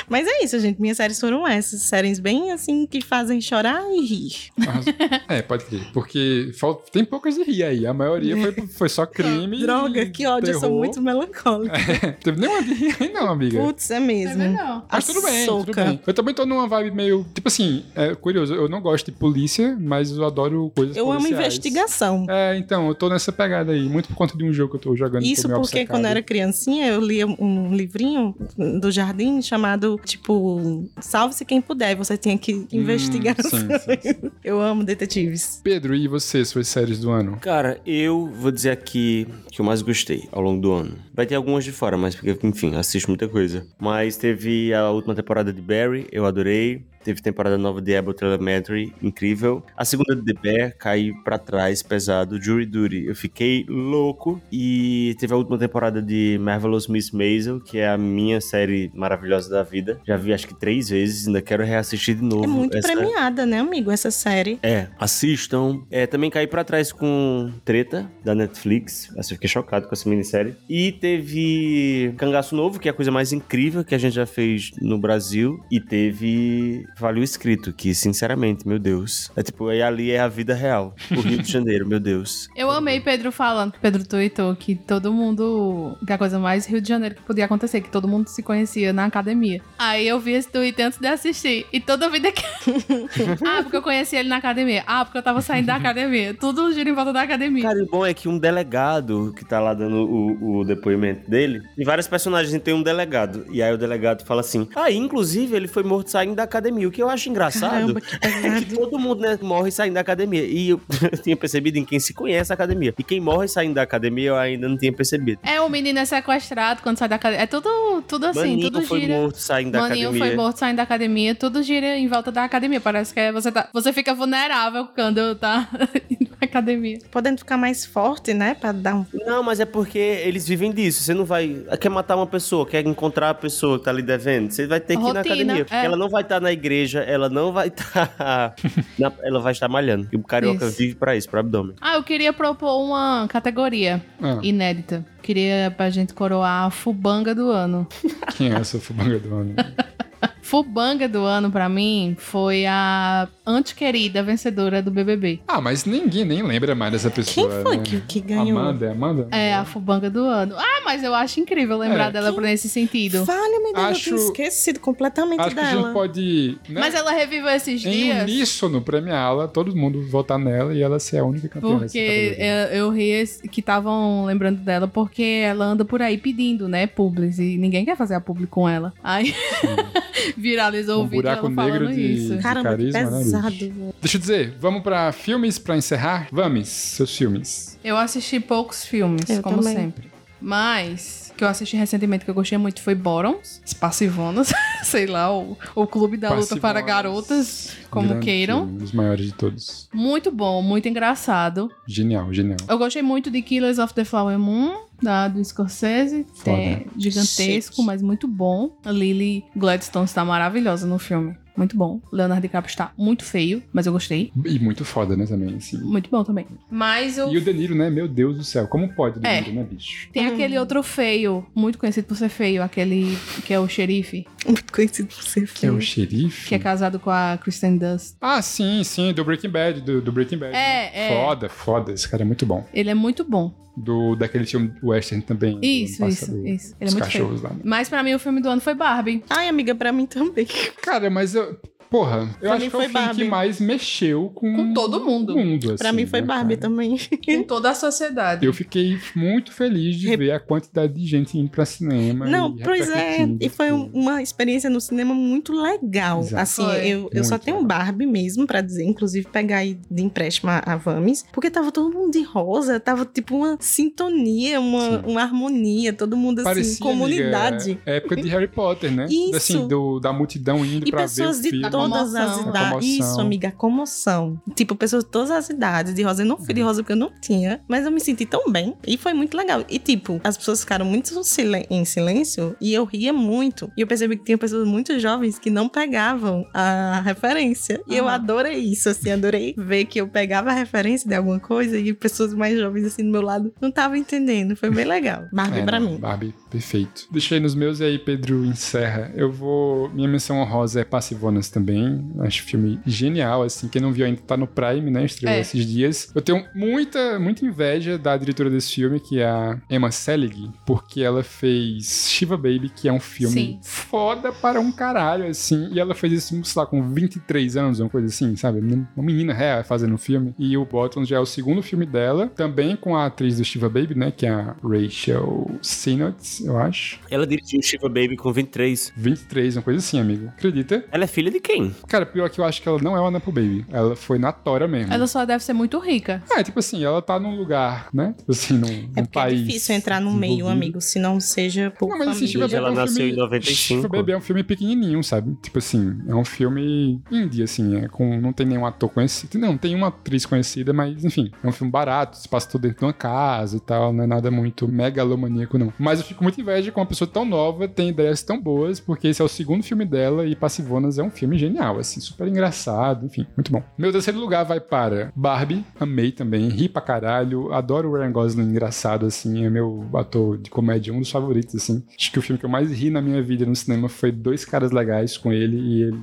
Speaker 5: Mas é isso, gente. Minhas séries foram essas. Séries bem assim que fazem chorar e rir.
Speaker 2: Arrasou. É, pode crer. Porque fal- tem poucas de rir aí. A maioria foi, foi só crime.
Speaker 5: Droga, que ódio, eu sou
Speaker 2: terror. É.
Speaker 5: muito melancólica.
Speaker 2: Teve nenhuma de rir aí, não, amiga.
Speaker 5: Putz, é
Speaker 4: É
Speaker 5: mesmo.
Speaker 4: melhor.
Speaker 2: Mas tudo bem, tudo
Speaker 5: Açouca.
Speaker 2: bem. Eu também tô numa vibe meio. Tipo assim, é curioso, eu não gosto de polícia, mas eu adoro coisas
Speaker 5: Eu amo
Speaker 2: policiais.
Speaker 5: investigação.
Speaker 2: É, então, eu tô nessa pegada aí, muito por conta de um jogo que eu tô jogando.
Speaker 5: Isso
Speaker 2: que eu me
Speaker 5: porque quando eu era criancinha eu lia um livrinho do jardim chamado, tipo, Salve-se Quem Puder. e Você tinha que investigar.
Speaker 2: Hum, sim,
Speaker 5: as
Speaker 2: sim,
Speaker 5: coisas. Eu amo detetives.
Speaker 2: Pedro, e você, suas séries do
Speaker 5: Uhum.
Speaker 2: ano?
Speaker 3: Cara, eu vou dizer aqui que eu mais gostei ao longo do ano. Vai ter algumas de fora, mas porque, enfim, assisto muita coisa. Mas teve a última temporada de Barry, eu adorei. Teve temporada nova de Abbott Elementary, incrível. A segunda de The Bear caiu pra trás, pesado. Jury Duty, eu fiquei louco. E teve a última temporada de Marvelous Miss Maisel, que é a minha série maravilhosa da vida. Já vi acho que três vezes, ainda quero reassistir de novo.
Speaker 5: É muito
Speaker 3: essa-
Speaker 5: premiada, né, amigo, essa série.
Speaker 3: é, assistam. É, também caí pra trás com Treta, da Netflix. Assim, eu fiquei chocado com essa minissérie. E teve Cangaço Novo, que é a coisa mais incrível que a gente já fez no Brasil. E teve Valeu Escrito, que, sinceramente, meu Deus. É tipo, aí ali é a vida real. O Rio de Janeiro, meu Deus.
Speaker 4: Eu amei Pedro falando, que Pedro tuitou que todo mundo. que é a coisa mais Rio de Janeiro que podia acontecer, que todo mundo se conhecia na academia. Aí eu vi esse tweet antes de assistir. E toda vida que. ah, porque eu conheci ele na academia. Ah, porque eu tava saindo da academia. Tudo gira em volta da academia.
Speaker 3: Cara, e o bom é que um delegado que tá lá dando o, o depoimento dele, tem vários personagens, e tem um delegado. E aí o delegado fala assim: Ah, inclusive ele foi morto saindo da academia, o que eu acho engraçado.
Speaker 5: Caramba, que
Speaker 3: É que
Speaker 4: Uhum.
Speaker 5: pesado.
Speaker 3: todo mundo né, morre saindo da academia. E eu tinha percebido em quem se conhece a academia. E quem morre saindo da academia, eu ainda não tinha percebido.
Speaker 4: É, o menino é sequestrado quando sai da academia. É tudo, tudo assim,
Speaker 3: Maninho
Speaker 4: tudo
Speaker 3: foi
Speaker 4: gira.
Speaker 3: morto saindo da
Speaker 4: Maninho
Speaker 3: academia.
Speaker 4: foi morto saindo da academia, tudo gira em volta da academia. Parece que é- você, tá, você fica vulnerável quando tá indo na academia.
Speaker 5: Podendo ficar mais forte, né, pra dar um...
Speaker 3: Não, mas é porque eles vivem disso. Você não vai. Quer matar uma pessoa, quer encontrar a pessoa que tá ali devendo. Você vai ter que ir na
Speaker 4: Rotina,
Speaker 3: academia. Porque
Speaker 4: é.
Speaker 3: Ela não vai estar na igreja, ela não vai estar. ela vai estar malhando. E o carioca
Speaker 4: Isso.
Speaker 3: vive pra isso, pra abdômen.
Speaker 4: Ah, eu queria propor uma categoria
Speaker 2: Ah,
Speaker 4: inédita. Queria pra gente coroar a fubanga do ano.
Speaker 2: quem é essa fubanga do ano?
Speaker 4: Fubanga do ano pra mim foi a antiquerida vencedora do BBB.
Speaker 2: Ah, mas ninguém nem lembra mais dessa
Speaker 5: Quem
Speaker 2: pessoa.
Speaker 5: foi
Speaker 2: né?
Speaker 5: que, que ganhou?
Speaker 2: Amanda, Amanda?
Speaker 4: É, a Fubanga do ano. Ah, mas eu acho incrível lembrar
Speaker 2: É.
Speaker 4: dela por nesse sentido.
Speaker 5: Fale-me dela,
Speaker 2: Acho-
Speaker 5: eu tinha esquecido completamente
Speaker 2: Acho que a gente
Speaker 5: dela.
Speaker 2: pode. né, um
Speaker 4: Mas ela reviveu esses
Speaker 2: Em
Speaker 4: dias.
Speaker 2: uníssono premiá-la, todo mundo votar nela e ela ser a única campeã. dessa
Speaker 4: Porque é-
Speaker 2: categoria.
Speaker 4: eu, eu ri esse- que estavam lembrando dela, porque ela anda por aí pedindo, né, publis, e ninguém quer fazer a publi com ela. Aí viralizou
Speaker 2: Um
Speaker 4: o vídeo
Speaker 2: buraco
Speaker 4: dela falando
Speaker 2: negro de-
Speaker 4: isso.
Speaker 5: Caramba, que
Speaker 2: Carisma, né,
Speaker 5: pesado.
Speaker 2: Deixa eu dizer, vamos pra filmes pra encerrar? Vamos, seus filmes.
Speaker 4: Eu assisti poucos filmes,
Speaker 5: Eu
Speaker 4: como
Speaker 5: também.
Speaker 4: sempre. Mas, que eu assisti recentemente, que eu gostei muito, foi Bottoms, Espacivonas, sei lá, o, o Clube da Luta para
Speaker 2: Passivonas.
Speaker 4: Garotas, como
Speaker 2: Grande
Speaker 4: queiram.
Speaker 2: filme, Um dos maiores de todos.
Speaker 4: Muito bom, muito engraçado.
Speaker 2: Genial, genial.
Speaker 4: Eu gostei muito de Killers of the Flower Moon, da, do Scorsese.
Speaker 2: Foda.
Speaker 4: É gigantesco,
Speaker 5: Chique.
Speaker 4: mas muito bom. A Lily Gladstone está maravilhosa no filme. Muito bom. Leonardo DiCaprio está muito feio, mas eu gostei.
Speaker 2: E muito foda, né, também, assim.
Speaker 4: Muito bom também. Mas eu...
Speaker 2: E o De Niro, né? Meu Deus do céu, como pode o De
Speaker 4: É.
Speaker 2: Niro, né, bicho?
Speaker 4: Tem
Speaker 5: Hum.
Speaker 4: aquele outro feio, muito conhecido por ser feio, aquele que é o xerife,
Speaker 5: Muito conhecido por ser
Speaker 2: Que é o
Speaker 5: feio.
Speaker 2: xerife?
Speaker 4: que é casado com a Kristen Dust.
Speaker 2: Ah, sim, sim, do Breaking Bad, do, do Breaking Bad. né?
Speaker 4: É, é.
Speaker 2: Foda, foda, esse cara é muito bom.
Speaker 4: Ele é muito bom.
Speaker 2: Do, daquele filme Western também. do
Speaker 4: Isso,
Speaker 2: ano
Speaker 4: isso,
Speaker 2: passado,
Speaker 4: isso. Ele é
Speaker 2: Os
Speaker 4: muito
Speaker 2: cachorros lá.
Speaker 4: feio. Mas pra mim o filme do ano foi Barbie.
Speaker 5: Ai, amiga, pra mim também.
Speaker 2: Tipo Cara, mas eu... Porra, eu
Speaker 5: Pra
Speaker 2: acho
Speaker 5: mim
Speaker 2: que foi o
Speaker 5: foi
Speaker 2: filme
Speaker 5: Barbie.
Speaker 2: que mais mexeu com...
Speaker 4: Com todo mundo.
Speaker 2: o mundo, assim,
Speaker 5: Pra mim foi
Speaker 2: né,
Speaker 5: Barbie
Speaker 2: cara?
Speaker 5: também.
Speaker 4: Com toda a sociedade.
Speaker 2: Eu fiquei muito feliz de
Speaker 5: Re-
Speaker 2: ver a quantidade de gente indo pra cinema.
Speaker 5: Não,
Speaker 2: e
Speaker 5: pois é.
Speaker 2: repercutindo
Speaker 5: E foi
Speaker 2: tudo.
Speaker 5: uma experiência no cinema muito legal.
Speaker 2: Exato.
Speaker 5: Assim,
Speaker 4: Foi.
Speaker 5: eu, eu só
Speaker 2: Muito
Speaker 5: tenho
Speaker 2: legal.
Speaker 5: Barbie mesmo pra dizer, inclusive pegar aí de empréstimo a- a Vames, porque tava todo mundo de rosa, tava tipo uma sintonia, uma,
Speaker 2: Sim.
Speaker 5: uma harmonia, todo mundo assim,
Speaker 2: Parecia,
Speaker 5: comunidade.
Speaker 2: amiga, É época de Harry Potter, né?
Speaker 5: Isso.
Speaker 2: Assim, do, da multidão indo
Speaker 5: E
Speaker 2: pra
Speaker 5: pessoas
Speaker 2: ver o
Speaker 5: de
Speaker 2: filme.
Speaker 5: todas as
Speaker 4: Comoção.
Speaker 5: idades.
Speaker 2: Comoção.
Speaker 5: Isso, amiga, comoção. Tipo, pessoas de todas as idades de rosa. Eu não fui
Speaker 2: Uhum.
Speaker 5: de rosa porque eu não tinha, mas eu me senti tão bem. E foi muito legal. E, tipo, as pessoas ficaram muito silen- em silêncio e eu ria muito. E eu percebi que tinha pessoas muito jovens que não pegavam a referência. E eu
Speaker 4: Aham.
Speaker 5: adorei isso, assim, adorei ver que eu pegava a referência de alguma coisa e pessoas mais jovens, assim, do meu lado, não estavam entendendo. Foi bem legal. Barbie
Speaker 2: É,
Speaker 5: pra
Speaker 2: não,
Speaker 5: mim.
Speaker 2: Barbie, perfeito. Deixei nos meus e aí, Pedro, encerra. Eu vou. Minha menção honrosa é Passivonas também. Acho filme genial, assim. Quem não viu ainda tá no Prime, né? Estreou
Speaker 4: É.
Speaker 2: esses dias. Eu tenho muita, muita inveja da diretora desse filme, que é a Emma Selig, porque ela fez Shiva Baby, que é um filme
Speaker 4: Sim.
Speaker 2: foda para um caralho, assim. E ela fez isso, sei lá, com 23 anos, uma coisa assim, sabe? Uma menina real fazendo um filme. E o Bottom já é o segundo filme dela, também com a atriz do Shiva Baby, né? Que é a Rachel Sinnots, eu acho.
Speaker 3: Ela dirigiu Shiva Baby com 23.
Speaker 2: 23, uma coisa assim, amigo. Acredita?
Speaker 3: Ela é filha de quem?
Speaker 2: Cara, pior que eu acho que ela não é o Anapo Baby. Ela foi na Tora mesmo.
Speaker 4: Ela só deve ser muito rica.
Speaker 2: É, tipo assim, ela tá num lugar, né? Tipo assim, num,
Speaker 5: É
Speaker 2: num
Speaker 5: porque é
Speaker 2: país.
Speaker 5: difícil entrar no meio,
Speaker 2: desenvolvido.
Speaker 5: amigo, se não seja por
Speaker 2: Não, mas esse
Speaker 5: família.
Speaker 2: Shiva Baby
Speaker 3: Ela
Speaker 2: é um
Speaker 3: nasceu
Speaker 2: filme...
Speaker 3: em 95.
Speaker 2: Shiva Baby é um filme pequenininho, sabe? Tipo assim, é um filme indie, assim, é com... não tem nenhum ator conhecido. Não, tem uma atriz conhecida, mas enfim, é um filme barato, se passa tudo dentro de uma casa e tal, não é nada muito megalomaníaco, não. Mas eu fico muito inveja com uma pessoa tão nova tem ideias tão boas, porque esse é o segundo filme dela e Passivonas é um filme genial, assim, super engraçado, enfim, muito bom. Meu terceiro lugar vai para Barbie, amei também, ri pra caralho, adoro o Ryan Gosling engraçado, assim, é meu ator de comédia, um dos favoritos, assim. Acho que o filme que eu mais ri na minha vida no cinema foi Dois Caras Legais com ele e ele.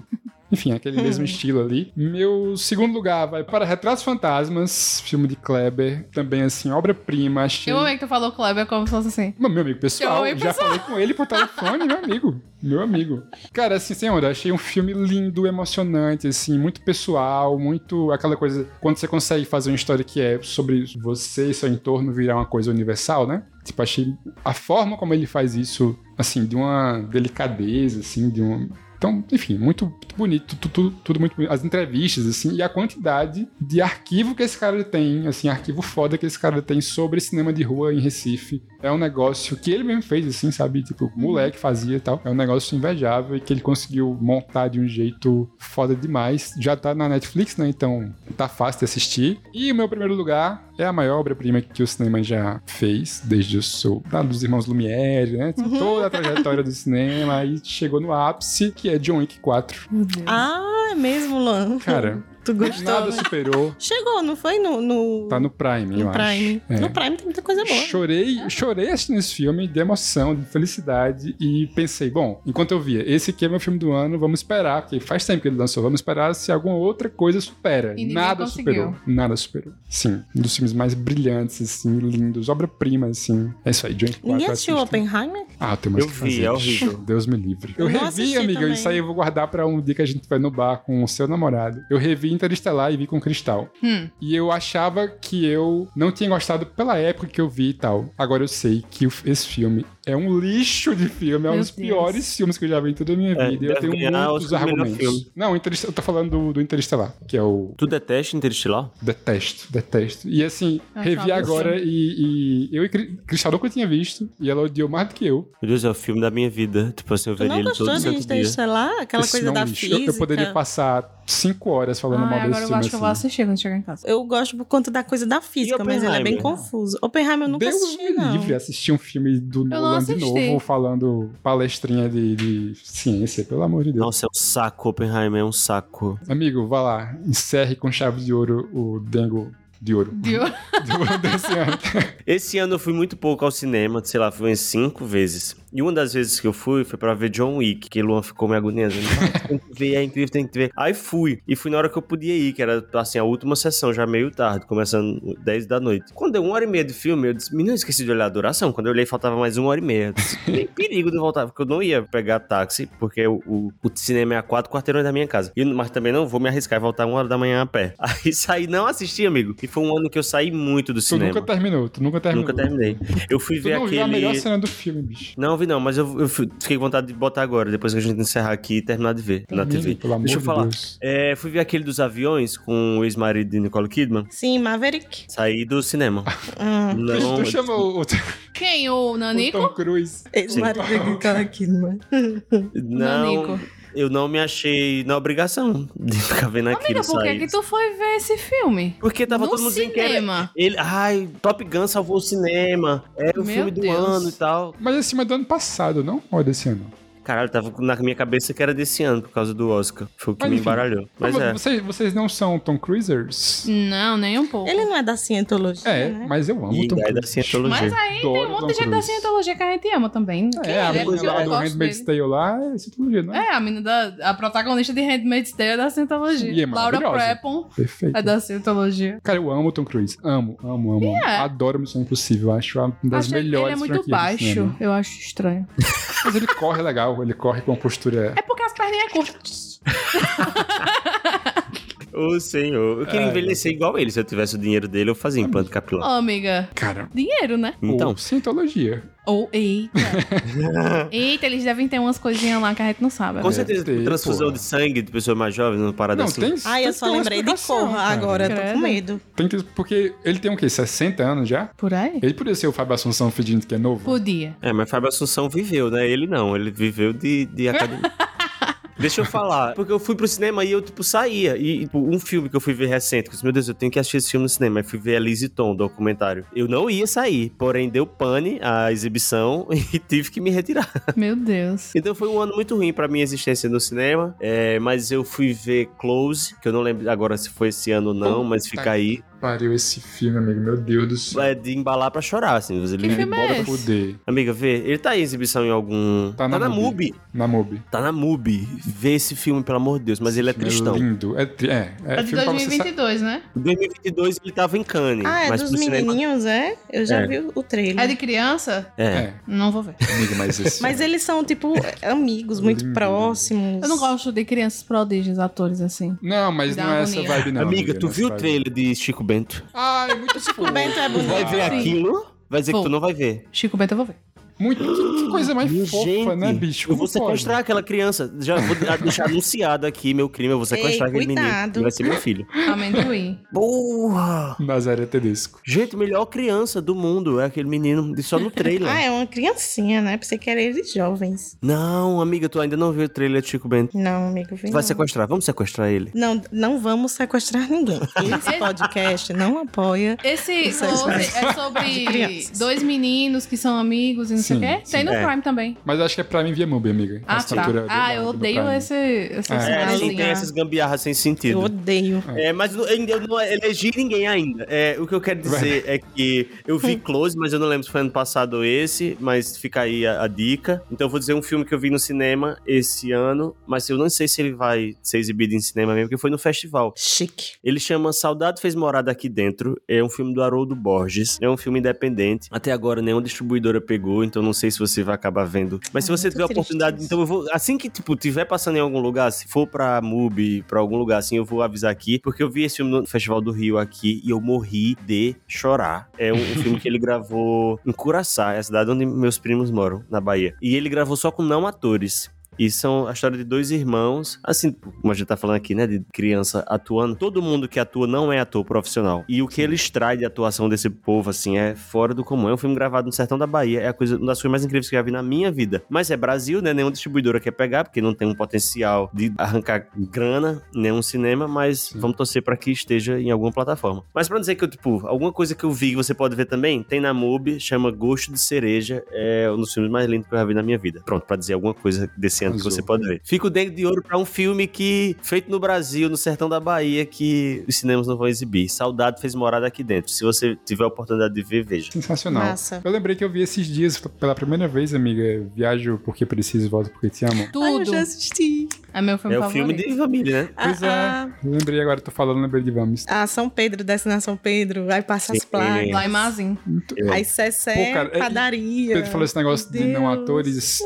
Speaker 2: Enfim, aquele mesmo estilo ali. Meu segundo lugar vai para Retratos Fantasmas, filme de Kleber. Também, assim, obra-prima. Achei...
Speaker 4: Eu amei um que tu falou Kleber como se fosse assim.
Speaker 2: Meu, meu amigo pessoal,
Speaker 4: Seu amigo
Speaker 2: já falei com ele por telefone, meu amigo. Meu amigo. Cara, assim, sem onda, achei um filme lindo, emocionante, assim, muito pessoal, muito aquela coisa. Quando você consegue fazer uma história que é sobre você e seu entorno virar uma coisa universal, né? Tipo, achei a forma como ele faz isso, assim, de uma delicadeza, assim, de um. Então, enfim, muito, muito bonito, tu- tu- tudo, muito bonito. As entrevistas, assim, e a quantidade de arquivo que esse cara tem, assim, arquivo foda que esse cara tem sobre cinema de rua em Recife. É um negócio que ele mesmo fez, assim, sabe? Tipo, moleque fazia e tal. É um negócio invejável e que ele conseguiu montar de um jeito foda demais. Já tá na Netflix, né? Então tá fácil de assistir. E o meu primeiro lugar é a maior obra-prima que o cinema já fez, desde o seu. da- dos irmãos Lumière, né?
Speaker 5: Uhum.
Speaker 2: Toda a trajetória do cinema e chegou no ápice, que é John Wick 4.
Speaker 5: Ah, é mesmo, Luan?
Speaker 2: Cara,
Speaker 5: Tu gostou?
Speaker 2: Nada
Speaker 5: né?
Speaker 2: superou.
Speaker 5: Chegou, não foi no, no,
Speaker 2: Tá no Prime, eu
Speaker 5: no Prime.
Speaker 2: acho. É.
Speaker 5: No Prime tem muita coisa boa. É.
Speaker 2: Chorei, chorei assistindo esse filme de emoção, de felicidade e pensei, bom, enquanto eu via, esse aqui é meu filme do ano, vamos esperar, porque faz tempo que ele lançou, vamos esperar se alguma outra coisa supera.
Speaker 4: E ninguém
Speaker 2: Nada
Speaker 4: conseguiu.
Speaker 2: superou, nada superou. Sim, um dos filmes mais brilhantes, assim, lindos, obra-prima, assim. É isso aí, John
Speaker 5: Ninguém assistiu Oppenheimer?
Speaker 2: Ah, tem mais
Speaker 3: Eu
Speaker 2: que
Speaker 3: vi,
Speaker 2: fazer.
Speaker 3: é horrível.
Speaker 2: Deus me livre. Eu
Speaker 5: Eu não
Speaker 2: revi,
Speaker 5: assisti
Speaker 2: amiga,
Speaker 5: também.
Speaker 2: isso aí eu vou guardar pra um dia que a gente vai no bar com o seu namorado. Eu revi Interestelar e vi com Cristal.
Speaker 4: Hum.
Speaker 2: E eu achava que eu não tinha gostado pela época que eu vi e tal. Agora eu sei que o- esse filme é um lixo de filme, é um
Speaker 4: Meu
Speaker 2: dos
Speaker 4: Deus.
Speaker 2: piores filmes que eu já vi em toda a minha
Speaker 3: É,
Speaker 2: vida. e eu
Speaker 3: deve
Speaker 2: tenho
Speaker 3: ganhar
Speaker 2: muitos
Speaker 3: Oscar de melhor
Speaker 2: argumentos.
Speaker 3: filme.
Speaker 2: Não, Interest- eu tô falando do, do Interestelar, que é o
Speaker 3: Tu detesta Interestelar?
Speaker 2: Detesto, detesto. E assim,
Speaker 4: Ah,
Speaker 2: revi
Speaker 4: tá,
Speaker 2: agora e, e eu e Cri- Cristal nunca tinha visto, e ela odiou mais do que eu.
Speaker 3: Meu Deus, é o filme da minha vida. Tipo assim, eu
Speaker 5: Tu
Speaker 3: veria
Speaker 5: não
Speaker 3: ele
Speaker 5: gostou
Speaker 3: todo
Speaker 5: de
Speaker 3: santo dia.
Speaker 5: Interestelar? Aquela
Speaker 2: Esse
Speaker 5: coisa
Speaker 2: filme é
Speaker 5: da
Speaker 2: um lixo.
Speaker 5: física?
Speaker 2: Eu, eu poderia passar cinco horas falando
Speaker 4: Ai,
Speaker 2: mal
Speaker 4: agora
Speaker 2: desse
Speaker 4: eu
Speaker 2: filme.
Speaker 4: acho que eu vou
Speaker 2: assim.
Speaker 4: assistir quando chegar em casa.
Speaker 5: Eu gosto por conta da coisa da física, mas ele é bem
Speaker 3: Oppenheimer?
Speaker 5: confuso. Oppenheimer eu nunca
Speaker 2: Deus
Speaker 5: assisti,
Speaker 2: me
Speaker 5: não.
Speaker 2: livre assistir um filme do
Speaker 4: não
Speaker 2: Nolan de
Speaker 4: assisti.
Speaker 2: novo falando palestrinha de, de ciência, pelo amor de Deus.
Speaker 3: Nossa, é um saco, Oppenheimer, é um saco.
Speaker 2: Amigo, vá lá, encerre com chave de ouro o Dengo de ouro.
Speaker 4: Viu?
Speaker 2: Do- desse ano.
Speaker 3: Esse ano eu fui muito pouco ao cinema, sei lá, fui umas cinco vezes. E uma das vezes que eu fui foi pra ver John Wick, que Luan ficou me agoniando. "Ah, Tem que ver, é incrível, tem que ver. Aí fui. E fui na hora que eu podia ir, que era assim, a última sessão, já meio tarde, começando 10 da noite. Quando deu uma hora e meia de filme, eu disse, menino, eu esqueci de olhar a duração. Quando eu olhei, faltava mais uma hora e meia. Eu disse, Tem perigo de voltar, porque eu não ia pegar táxi, porque o, o- o cinema é a quatro quarteirões da minha casa. E, mas também não vou me arriscar e voltar uma hora da manhã a pé. Aí saí, não assisti, amigo. E foi um ano que eu saí muito do
Speaker 2: Tu
Speaker 3: cinema.
Speaker 2: nunca terminou, tu nunca terminou.
Speaker 3: Nunca terminei. Eu fui
Speaker 2: Tu
Speaker 3: ver
Speaker 2: não viu a melhor
Speaker 3: aquele.
Speaker 2: cena do filme, bicho.
Speaker 3: Não vi não, mas eu, eu fui- fiquei com vontade de botar agora, depois que a gente encerrar aqui e terminar de ver na
Speaker 2: Termine,
Speaker 3: TV.
Speaker 2: Pelo amor
Speaker 3: Deixa eu
Speaker 2: de
Speaker 3: falar.
Speaker 2: Deus.
Speaker 3: É, fui ver aquele dos aviões com o ex-marido de Nicole Kidman.
Speaker 5: Sim, Maverick.
Speaker 3: Saí do cinema.
Speaker 5: Hum.
Speaker 2: Ah,
Speaker 3: Não,
Speaker 2: tu chamou o, o
Speaker 4: Quem? O Nanico?
Speaker 2: Tom Cruise.
Speaker 5: Ex-marido de
Speaker 2: tá
Speaker 5: Nicole
Speaker 2: é?
Speaker 5: Kidman.
Speaker 3: não
Speaker 4: Nanico.
Speaker 3: eu não me achei na obrigação de ficar
Speaker 2: é
Speaker 3: vendo aquilo.
Speaker 4: Amiga, por que,
Speaker 3: saí.
Speaker 4: que tu foi ver esse filme?
Speaker 3: Porque tava
Speaker 4: no
Speaker 3: todo mundo dizendo que era...
Speaker 4: cinema.
Speaker 3: Ele, ai, Top Gun salvou o cinema. Era o
Speaker 4: Meu
Speaker 3: filme do
Speaker 4: Deus.
Speaker 3: ano e tal.
Speaker 2: Mas esse filme é do ano passado, não? Ou é desse ano?
Speaker 3: Caralho, tava na minha cabeça que era desse ano, por causa do Oscar. Foi o que
Speaker 2: Mas
Speaker 3: me
Speaker 2: enfim.
Speaker 3: embaralhou. Mas é.
Speaker 2: vocês, vocês não são Tom Cruisers?
Speaker 4: Não, nem um pouco.
Speaker 5: Ele não é da Cientologia,
Speaker 2: É,
Speaker 5: né?
Speaker 2: mas eu amo
Speaker 3: E
Speaker 2: o Tom
Speaker 3: ainda é da
Speaker 2: Cruise. bicho.
Speaker 3: Cientologia.
Speaker 4: Mas aí tem
Speaker 2: Adoro
Speaker 4: um monte
Speaker 2: Tom
Speaker 4: de gente da
Speaker 2: Cruise.
Speaker 4: cientologia que a gente ama também.
Speaker 2: É, a
Speaker 4: Ele
Speaker 2: menina
Speaker 4: porque eu
Speaker 2: lá do
Speaker 4: gosto
Speaker 2: Handmaid's
Speaker 4: dele.
Speaker 2: Tale lá é cientologia, não é?
Speaker 4: É, a menina da. A protagonista de Handmaid's Tale é da cientologia.
Speaker 2: E é
Speaker 4: Laura
Speaker 2: maravilhosa.
Speaker 4: Prepon
Speaker 2: Perfeito.
Speaker 4: é da cientologia.
Speaker 2: Cara, eu amo o Tom Cruise. Amo, amo, amo. amo.
Speaker 4: é.
Speaker 2: Adoro Missão Impossível. Acho uma das
Speaker 4: Acho
Speaker 2: melhores
Speaker 4: ele é muito
Speaker 2: franquias do
Speaker 4: baixo.
Speaker 2: cinema.
Speaker 4: Eu acho estranho.
Speaker 2: Mas ele corre legal. Ele corre com uma postura...
Speaker 4: É porque as perninhas curtas.
Speaker 3: Ô, senhor. Eu queria
Speaker 2: Ai,
Speaker 3: envelhecer igual ele. Se eu tivesse o dinheiro dele, eu fazia implante
Speaker 4: Ô,
Speaker 3: capilar.
Speaker 4: amiga.
Speaker 2: Cara...
Speaker 4: Dinheiro, né?
Speaker 3: Então,
Speaker 2: Ou cientologia.
Speaker 4: Ou eita. eita, eles devem ter umas coisinhas lá que a gente não sabe.
Speaker 3: Então, com certeza,
Speaker 2: ter,
Speaker 3: transfusão
Speaker 2: porra.
Speaker 3: de sangue de pessoa mais jovem, não parada
Speaker 2: Não,
Speaker 3: assim.
Speaker 2: tem
Speaker 5: Ai,
Speaker 2: tem
Speaker 5: eu
Speaker 2: que
Speaker 5: só
Speaker 2: ter uma
Speaker 5: lembrei de
Speaker 2: explicação,
Speaker 5: Corra
Speaker 2: cara.
Speaker 5: agora, eu tô
Speaker 4: Credo.
Speaker 5: com medo.
Speaker 2: Tem que... Porque ele tem o quê? 60 anos já?
Speaker 4: Por aí?
Speaker 2: Ele poderia ser o Fábio Assunção fingindo que é novo?
Speaker 4: Podia.
Speaker 3: É, mas Fábio Assunção viveu, né? Ele não, ele viveu de, de academia. Deixa eu falar, porque eu fui pro cinema e eu, tipo, saía. E, tipo, um filme que eu fui ver recente, que eu disse, meu Deus, eu tenho que assistir esse filme no cinema. Aí fui ver Elise Tom, documentário. Eu não ia sair, porém deu pane a exibição e tive que me retirar.
Speaker 4: Meu Deus.
Speaker 3: Então foi um ano muito ruim pra minha existência no cinema. É, mas eu fui ver Close, que eu não lembro agora se foi esse ano ou não, mas fica aí.
Speaker 2: Pariu esse filme, amigo. Meu Deus do céu.
Speaker 3: É de embalar pra chorar, assim. Você
Speaker 4: Que
Speaker 3: liga e
Speaker 4: filme
Speaker 3: bota-
Speaker 4: é esse?
Speaker 2: Poder.
Speaker 3: Amiga, vê, ele tá em exibição em algum.
Speaker 2: Tá na Mubi.
Speaker 3: Mubi.
Speaker 2: Na Mobi.
Speaker 3: Tá na Mubi. Vê esse filme, pelo amor de Deus, mas ele é
Speaker 2: É
Speaker 3: cristão.
Speaker 2: lindo. É, tri- é, é
Speaker 4: É de
Speaker 2: filme pra você sa-
Speaker 4: 2022, né?
Speaker 3: Em 2022 ele tava em Cannes,
Speaker 5: Ah, é
Speaker 3: mas
Speaker 5: dos
Speaker 3: pro cinema.
Speaker 5: menininhos, é? Eu já
Speaker 3: É.
Speaker 5: vi o trailer.
Speaker 4: É de criança?
Speaker 3: É.
Speaker 2: É,
Speaker 4: Não vou ver.
Speaker 2: amigo, mas esse...
Speaker 5: Mas eles são, tipo, amigos, muito
Speaker 2: Lindo.
Speaker 5: próximos.
Speaker 4: Eu não gosto de crianças prodígios, atores assim.
Speaker 2: Não, mas
Speaker 4: Dá
Speaker 2: não é essa
Speaker 4: agonia.
Speaker 2: vibe, não.
Speaker 3: Amiga, tu
Speaker 2: não é
Speaker 3: viu o
Speaker 2: essa vibe.
Speaker 3: trailer de Chico Bento?
Speaker 2: Ah, é muito
Speaker 5: O Bento é
Speaker 3: Tu vai
Speaker 5: bonito.
Speaker 3: ver
Speaker 4: Sim.
Speaker 3: aquilo? Vai dizer que
Speaker 4: Vou.
Speaker 3: tu não vai ver.
Speaker 4: Chico Bento eu vou ver.
Speaker 2: Muito, que coisa mais
Speaker 3: Minha
Speaker 2: fofa,
Speaker 3: gente,
Speaker 2: né, bicho?
Speaker 3: Eu vou
Speaker 2: Como pode?
Speaker 3: sequestrar aquela criança. Já vou deixar anunciado aqui meu crime. Eu vou sequestrar
Speaker 5: Ei,
Speaker 3: aquele menino.
Speaker 5: cuidado.
Speaker 3: Ele vai ser meu filho.
Speaker 4: Amendoim.
Speaker 3: Porra!
Speaker 2: Nazaré é Tedesco.
Speaker 3: Gente, melhor criança do mundo é aquele menino de só no trailer.
Speaker 5: Ah, é uma criancinha, né? Pra você querer eles jovens.
Speaker 3: Não, amiga, tu ainda não viu o trailer de Chico Bento.
Speaker 5: Não, amigo, vem.
Speaker 3: Tu vai
Speaker 5: não.
Speaker 3: sequestrar, vamos sequestrar ele.
Speaker 5: Não, não vamos sequestrar ninguém. Esse podcast não apoia.
Speaker 4: Esse
Speaker 5: Isso é
Speaker 4: Close é
Speaker 5: De
Speaker 4: sobre
Speaker 5: crianças.
Speaker 4: dois meninos que são amigos e não sei o
Speaker 2: Sim,
Speaker 4: quê.
Speaker 2: sim.
Speaker 4: Tem no
Speaker 3: É.
Speaker 4: Prime também.
Speaker 2: Mas eu acho que é Prime via Mubi, amiga.
Speaker 4: Ah,
Speaker 2: Essa
Speaker 4: tá.
Speaker 2: cultura do-
Speaker 4: Ah, eu
Speaker 2: do
Speaker 4: odeio
Speaker 2: Prime.
Speaker 4: esse, essa
Speaker 2: É,
Speaker 3: É,
Speaker 4: sinalzinha.
Speaker 3: sim, tem essas gambiarras sem
Speaker 5: Eu
Speaker 3: sentido.
Speaker 5: odeio.
Speaker 3: É, mas eu eu não elegi ninguém ainda. É, o que eu quero dizer é que eu vi Close, mas eu não lembro se foi ano passado ou esse, mas fica aí a, a dica. Então eu vou dizer um filme que eu vi no cinema esse ano, mas eu não sei se ele vai ser exibido em cinema mesmo, porque foi no festival.
Speaker 5: Chique.
Speaker 3: Ele chama Saudade Fez Morada Aqui Dentro. É um filme do Haroldo Borges. É um filme independente. Até agora nenhuma distribuidora pegou, então não sei se você vai acabar vendo. Mas se
Speaker 5: Ah,
Speaker 3: você
Speaker 5: muito
Speaker 3: tiver a
Speaker 5: triste
Speaker 3: oportunidade,
Speaker 5: isso.
Speaker 3: então eu vou. Assim que, tipo, tiver passando em algum lugar, se for pra MUBI, pra algum lugar assim, eu vou avisar aqui. Porque eu vi esse filme no Festival do Rio aqui e eu morri de chorar. É um, um filme que ele gravou em Curaçá, é a cidade onde meus primos moram, na Bahia. E ele gravou só com não atores. E são a história de dois irmãos, assim, como a gente tá falando aqui, né, de criança atuando. Todo mundo que atua não é ator profissional. E o que eles traem de atuação desse povo, assim, é fora do comum. É um filme gravado no Sertão da Bahia, é a coisa, uma das coisas mais incríveis que eu já vi na minha vida. Mas é Brasil, né, nenhuma distribuidora quer pegar, porque não tem um potencial de arrancar grana, nenhum cinema, mas vamos torcer pra que esteja em alguma plataforma. Mas pra dizer que eu, tipo, alguma coisa que eu vi que você pode ver também, tem na MUBI, chama Gosto de Cereja, é um dos filmes mais lindos que eu já vi na minha vida. Pronto, pra dizer alguma coisa desse ano que
Speaker 2: Azul.
Speaker 3: você pode ver. Fica o Dengue de Ouro pra um filme que, feito no Brasil, no sertão da Bahia, que os cinemas não vão exibir. Saudade fez morada aqui dentro. Se você tiver a oportunidade de ver, veja.
Speaker 2: Sensacional.
Speaker 5: Massa.
Speaker 2: Eu lembrei que eu vi esses dias pela primeira vez, amiga. Viajo porque preciso e volto porque te amo.
Speaker 5: Ai, eu
Speaker 4: Tudo.
Speaker 5: já assisti.
Speaker 4: É meu filme
Speaker 3: é o
Speaker 4: favorito.
Speaker 3: filme de família, né?
Speaker 2: Pois é.
Speaker 5: Ah,
Speaker 2: Eu lembrei agora, tô falando, lembrei de Vamos.
Speaker 5: ah, ah, São Pedro, desce na São Pedro, aí passa as
Speaker 3: Sim.
Speaker 5: placas.
Speaker 4: Lá em Mazin.
Speaker 5: Aí Cessé,
Speaker 2: Pô, cara, é-
Speaker 5: padaria.
Speaker 2: Pedro falou esse negócio de não
Speaker 5: Deus.
Speaker 2: atores.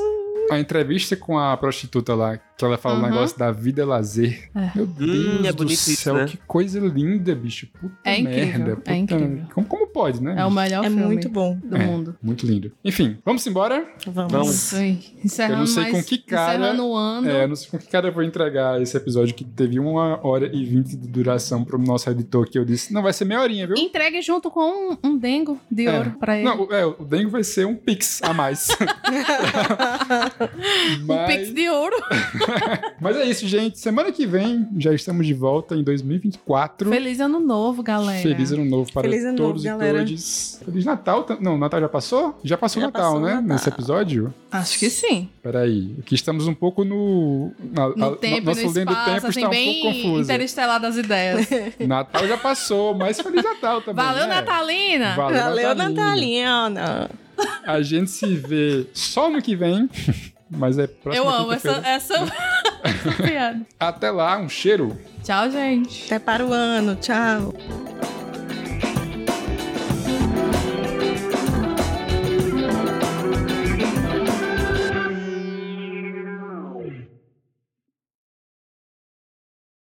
Speaker 2: A entrevista com a prostituta lá, que ela fala o
Speaker 4: Uhum.
Speaker 2: negócio da vida lazer.
Speaker 4: É.
Speaker 2: Meu Deus
Speaker 3: é
Speaker 2: do
Speaker 3: bonito isso,
Speaker 2: céu,
Speaker 3: né?
Speaker 2: que coisa linda, bicho. Puta
Speaker 4: É incrível,
Speaker 2: merda.
Speaker 4: é
Speaker 2: Puta...
Speaker 4: incrível.
Speaker 2: Como, como pode, né?
Speaker 4: É o
Speaker 2: bicho?
Speaker 4: melhor
Speaker 5: É
Speaker 4: filme
Speaker 5: muito bom.
Speaker 4: do
Speaker 2: É.
Speaker 4: mundo.
Speaker 2: Muito lindo. Enfim, vamos embora?
Speaker 5: Vamos.
Speaker 3: Vamos.
Speaker 4: Isso aí. Encerrando
Speaker 2: Eu não sei
Speaker 4: mais-
Speaker 2: com que cara-
Speaker 4: Encerrando o ano.
Speaker 2: É, eu não sei com que cara eu vou entregar esse episódio que teve uma hora e vinte de duração pro nosso editor que eu disse, não vai ser meia horinha, viu?
Speaker 4: Entregue junto com um, um dengo de
Speaker 2: É.
Speaker 4: ouro pra ele.
Speaker 2: Não, o- é, o Dengue vai ser um pix a mais.
Speaker 4: Um pix
Speaker 2: mas,
Speaker 4: de ouro.
Speaker 2: mas é isso, gente. Semana que vem já estamos de volta em 2024.
Speaker 4: Feliz ano novo, galera.
Speaker 2: Feliz ano novo para
Speaker 5: Feliz ano novo,
Speaker 2: todos e
Speaker 5: galera.
Speaker 2: todas. Feliz Natal. tam- Não, Natal já passou? Já passou o
Speaker 5: Já
Speaker 2: Natal,
Speaker 5: passou o
Speaker 2: né?
Speaker 5: Natal.
Speaker 2: Nesse episódio.
Speaker 4: Acho que sim.
Speaker 2: Peraí. Aqui estamos um pouco no. na-
Speaker 4: No
Speaker 2: a-
Speaker 4: tempo,
Speaker 2: nossa
Speaker 4: no
Speaker 2: linha do
Speaker 4: espaço,
Speaker 2: tempo
Speaker 4: assim,
Speaker 2: está um
Speaker 4: bem
Speaker 2: pouco confusa. É,
Speaker 4: interestelar das ideias.
Speaker 2: Natal já passou, mas Feliz Natal também.
Speaker 4: Valeu,
Speaker 2: né?
Speaker 4: Natalina!
Speaker 2: Valeu,
Speaker 5: Valeu,
Speaker 2: Natalina.
Speaker 5: Natalina.
Speaker 2: A gente se vê só no que vem. Mas é próximo.
Speaker 4: Eu amo essa, essa... essa piada.
Speaker 2: Até lá, um cheiro.
Speaker 4: Tchau, gente.
Speaker 5: Até para o ano. Tchau.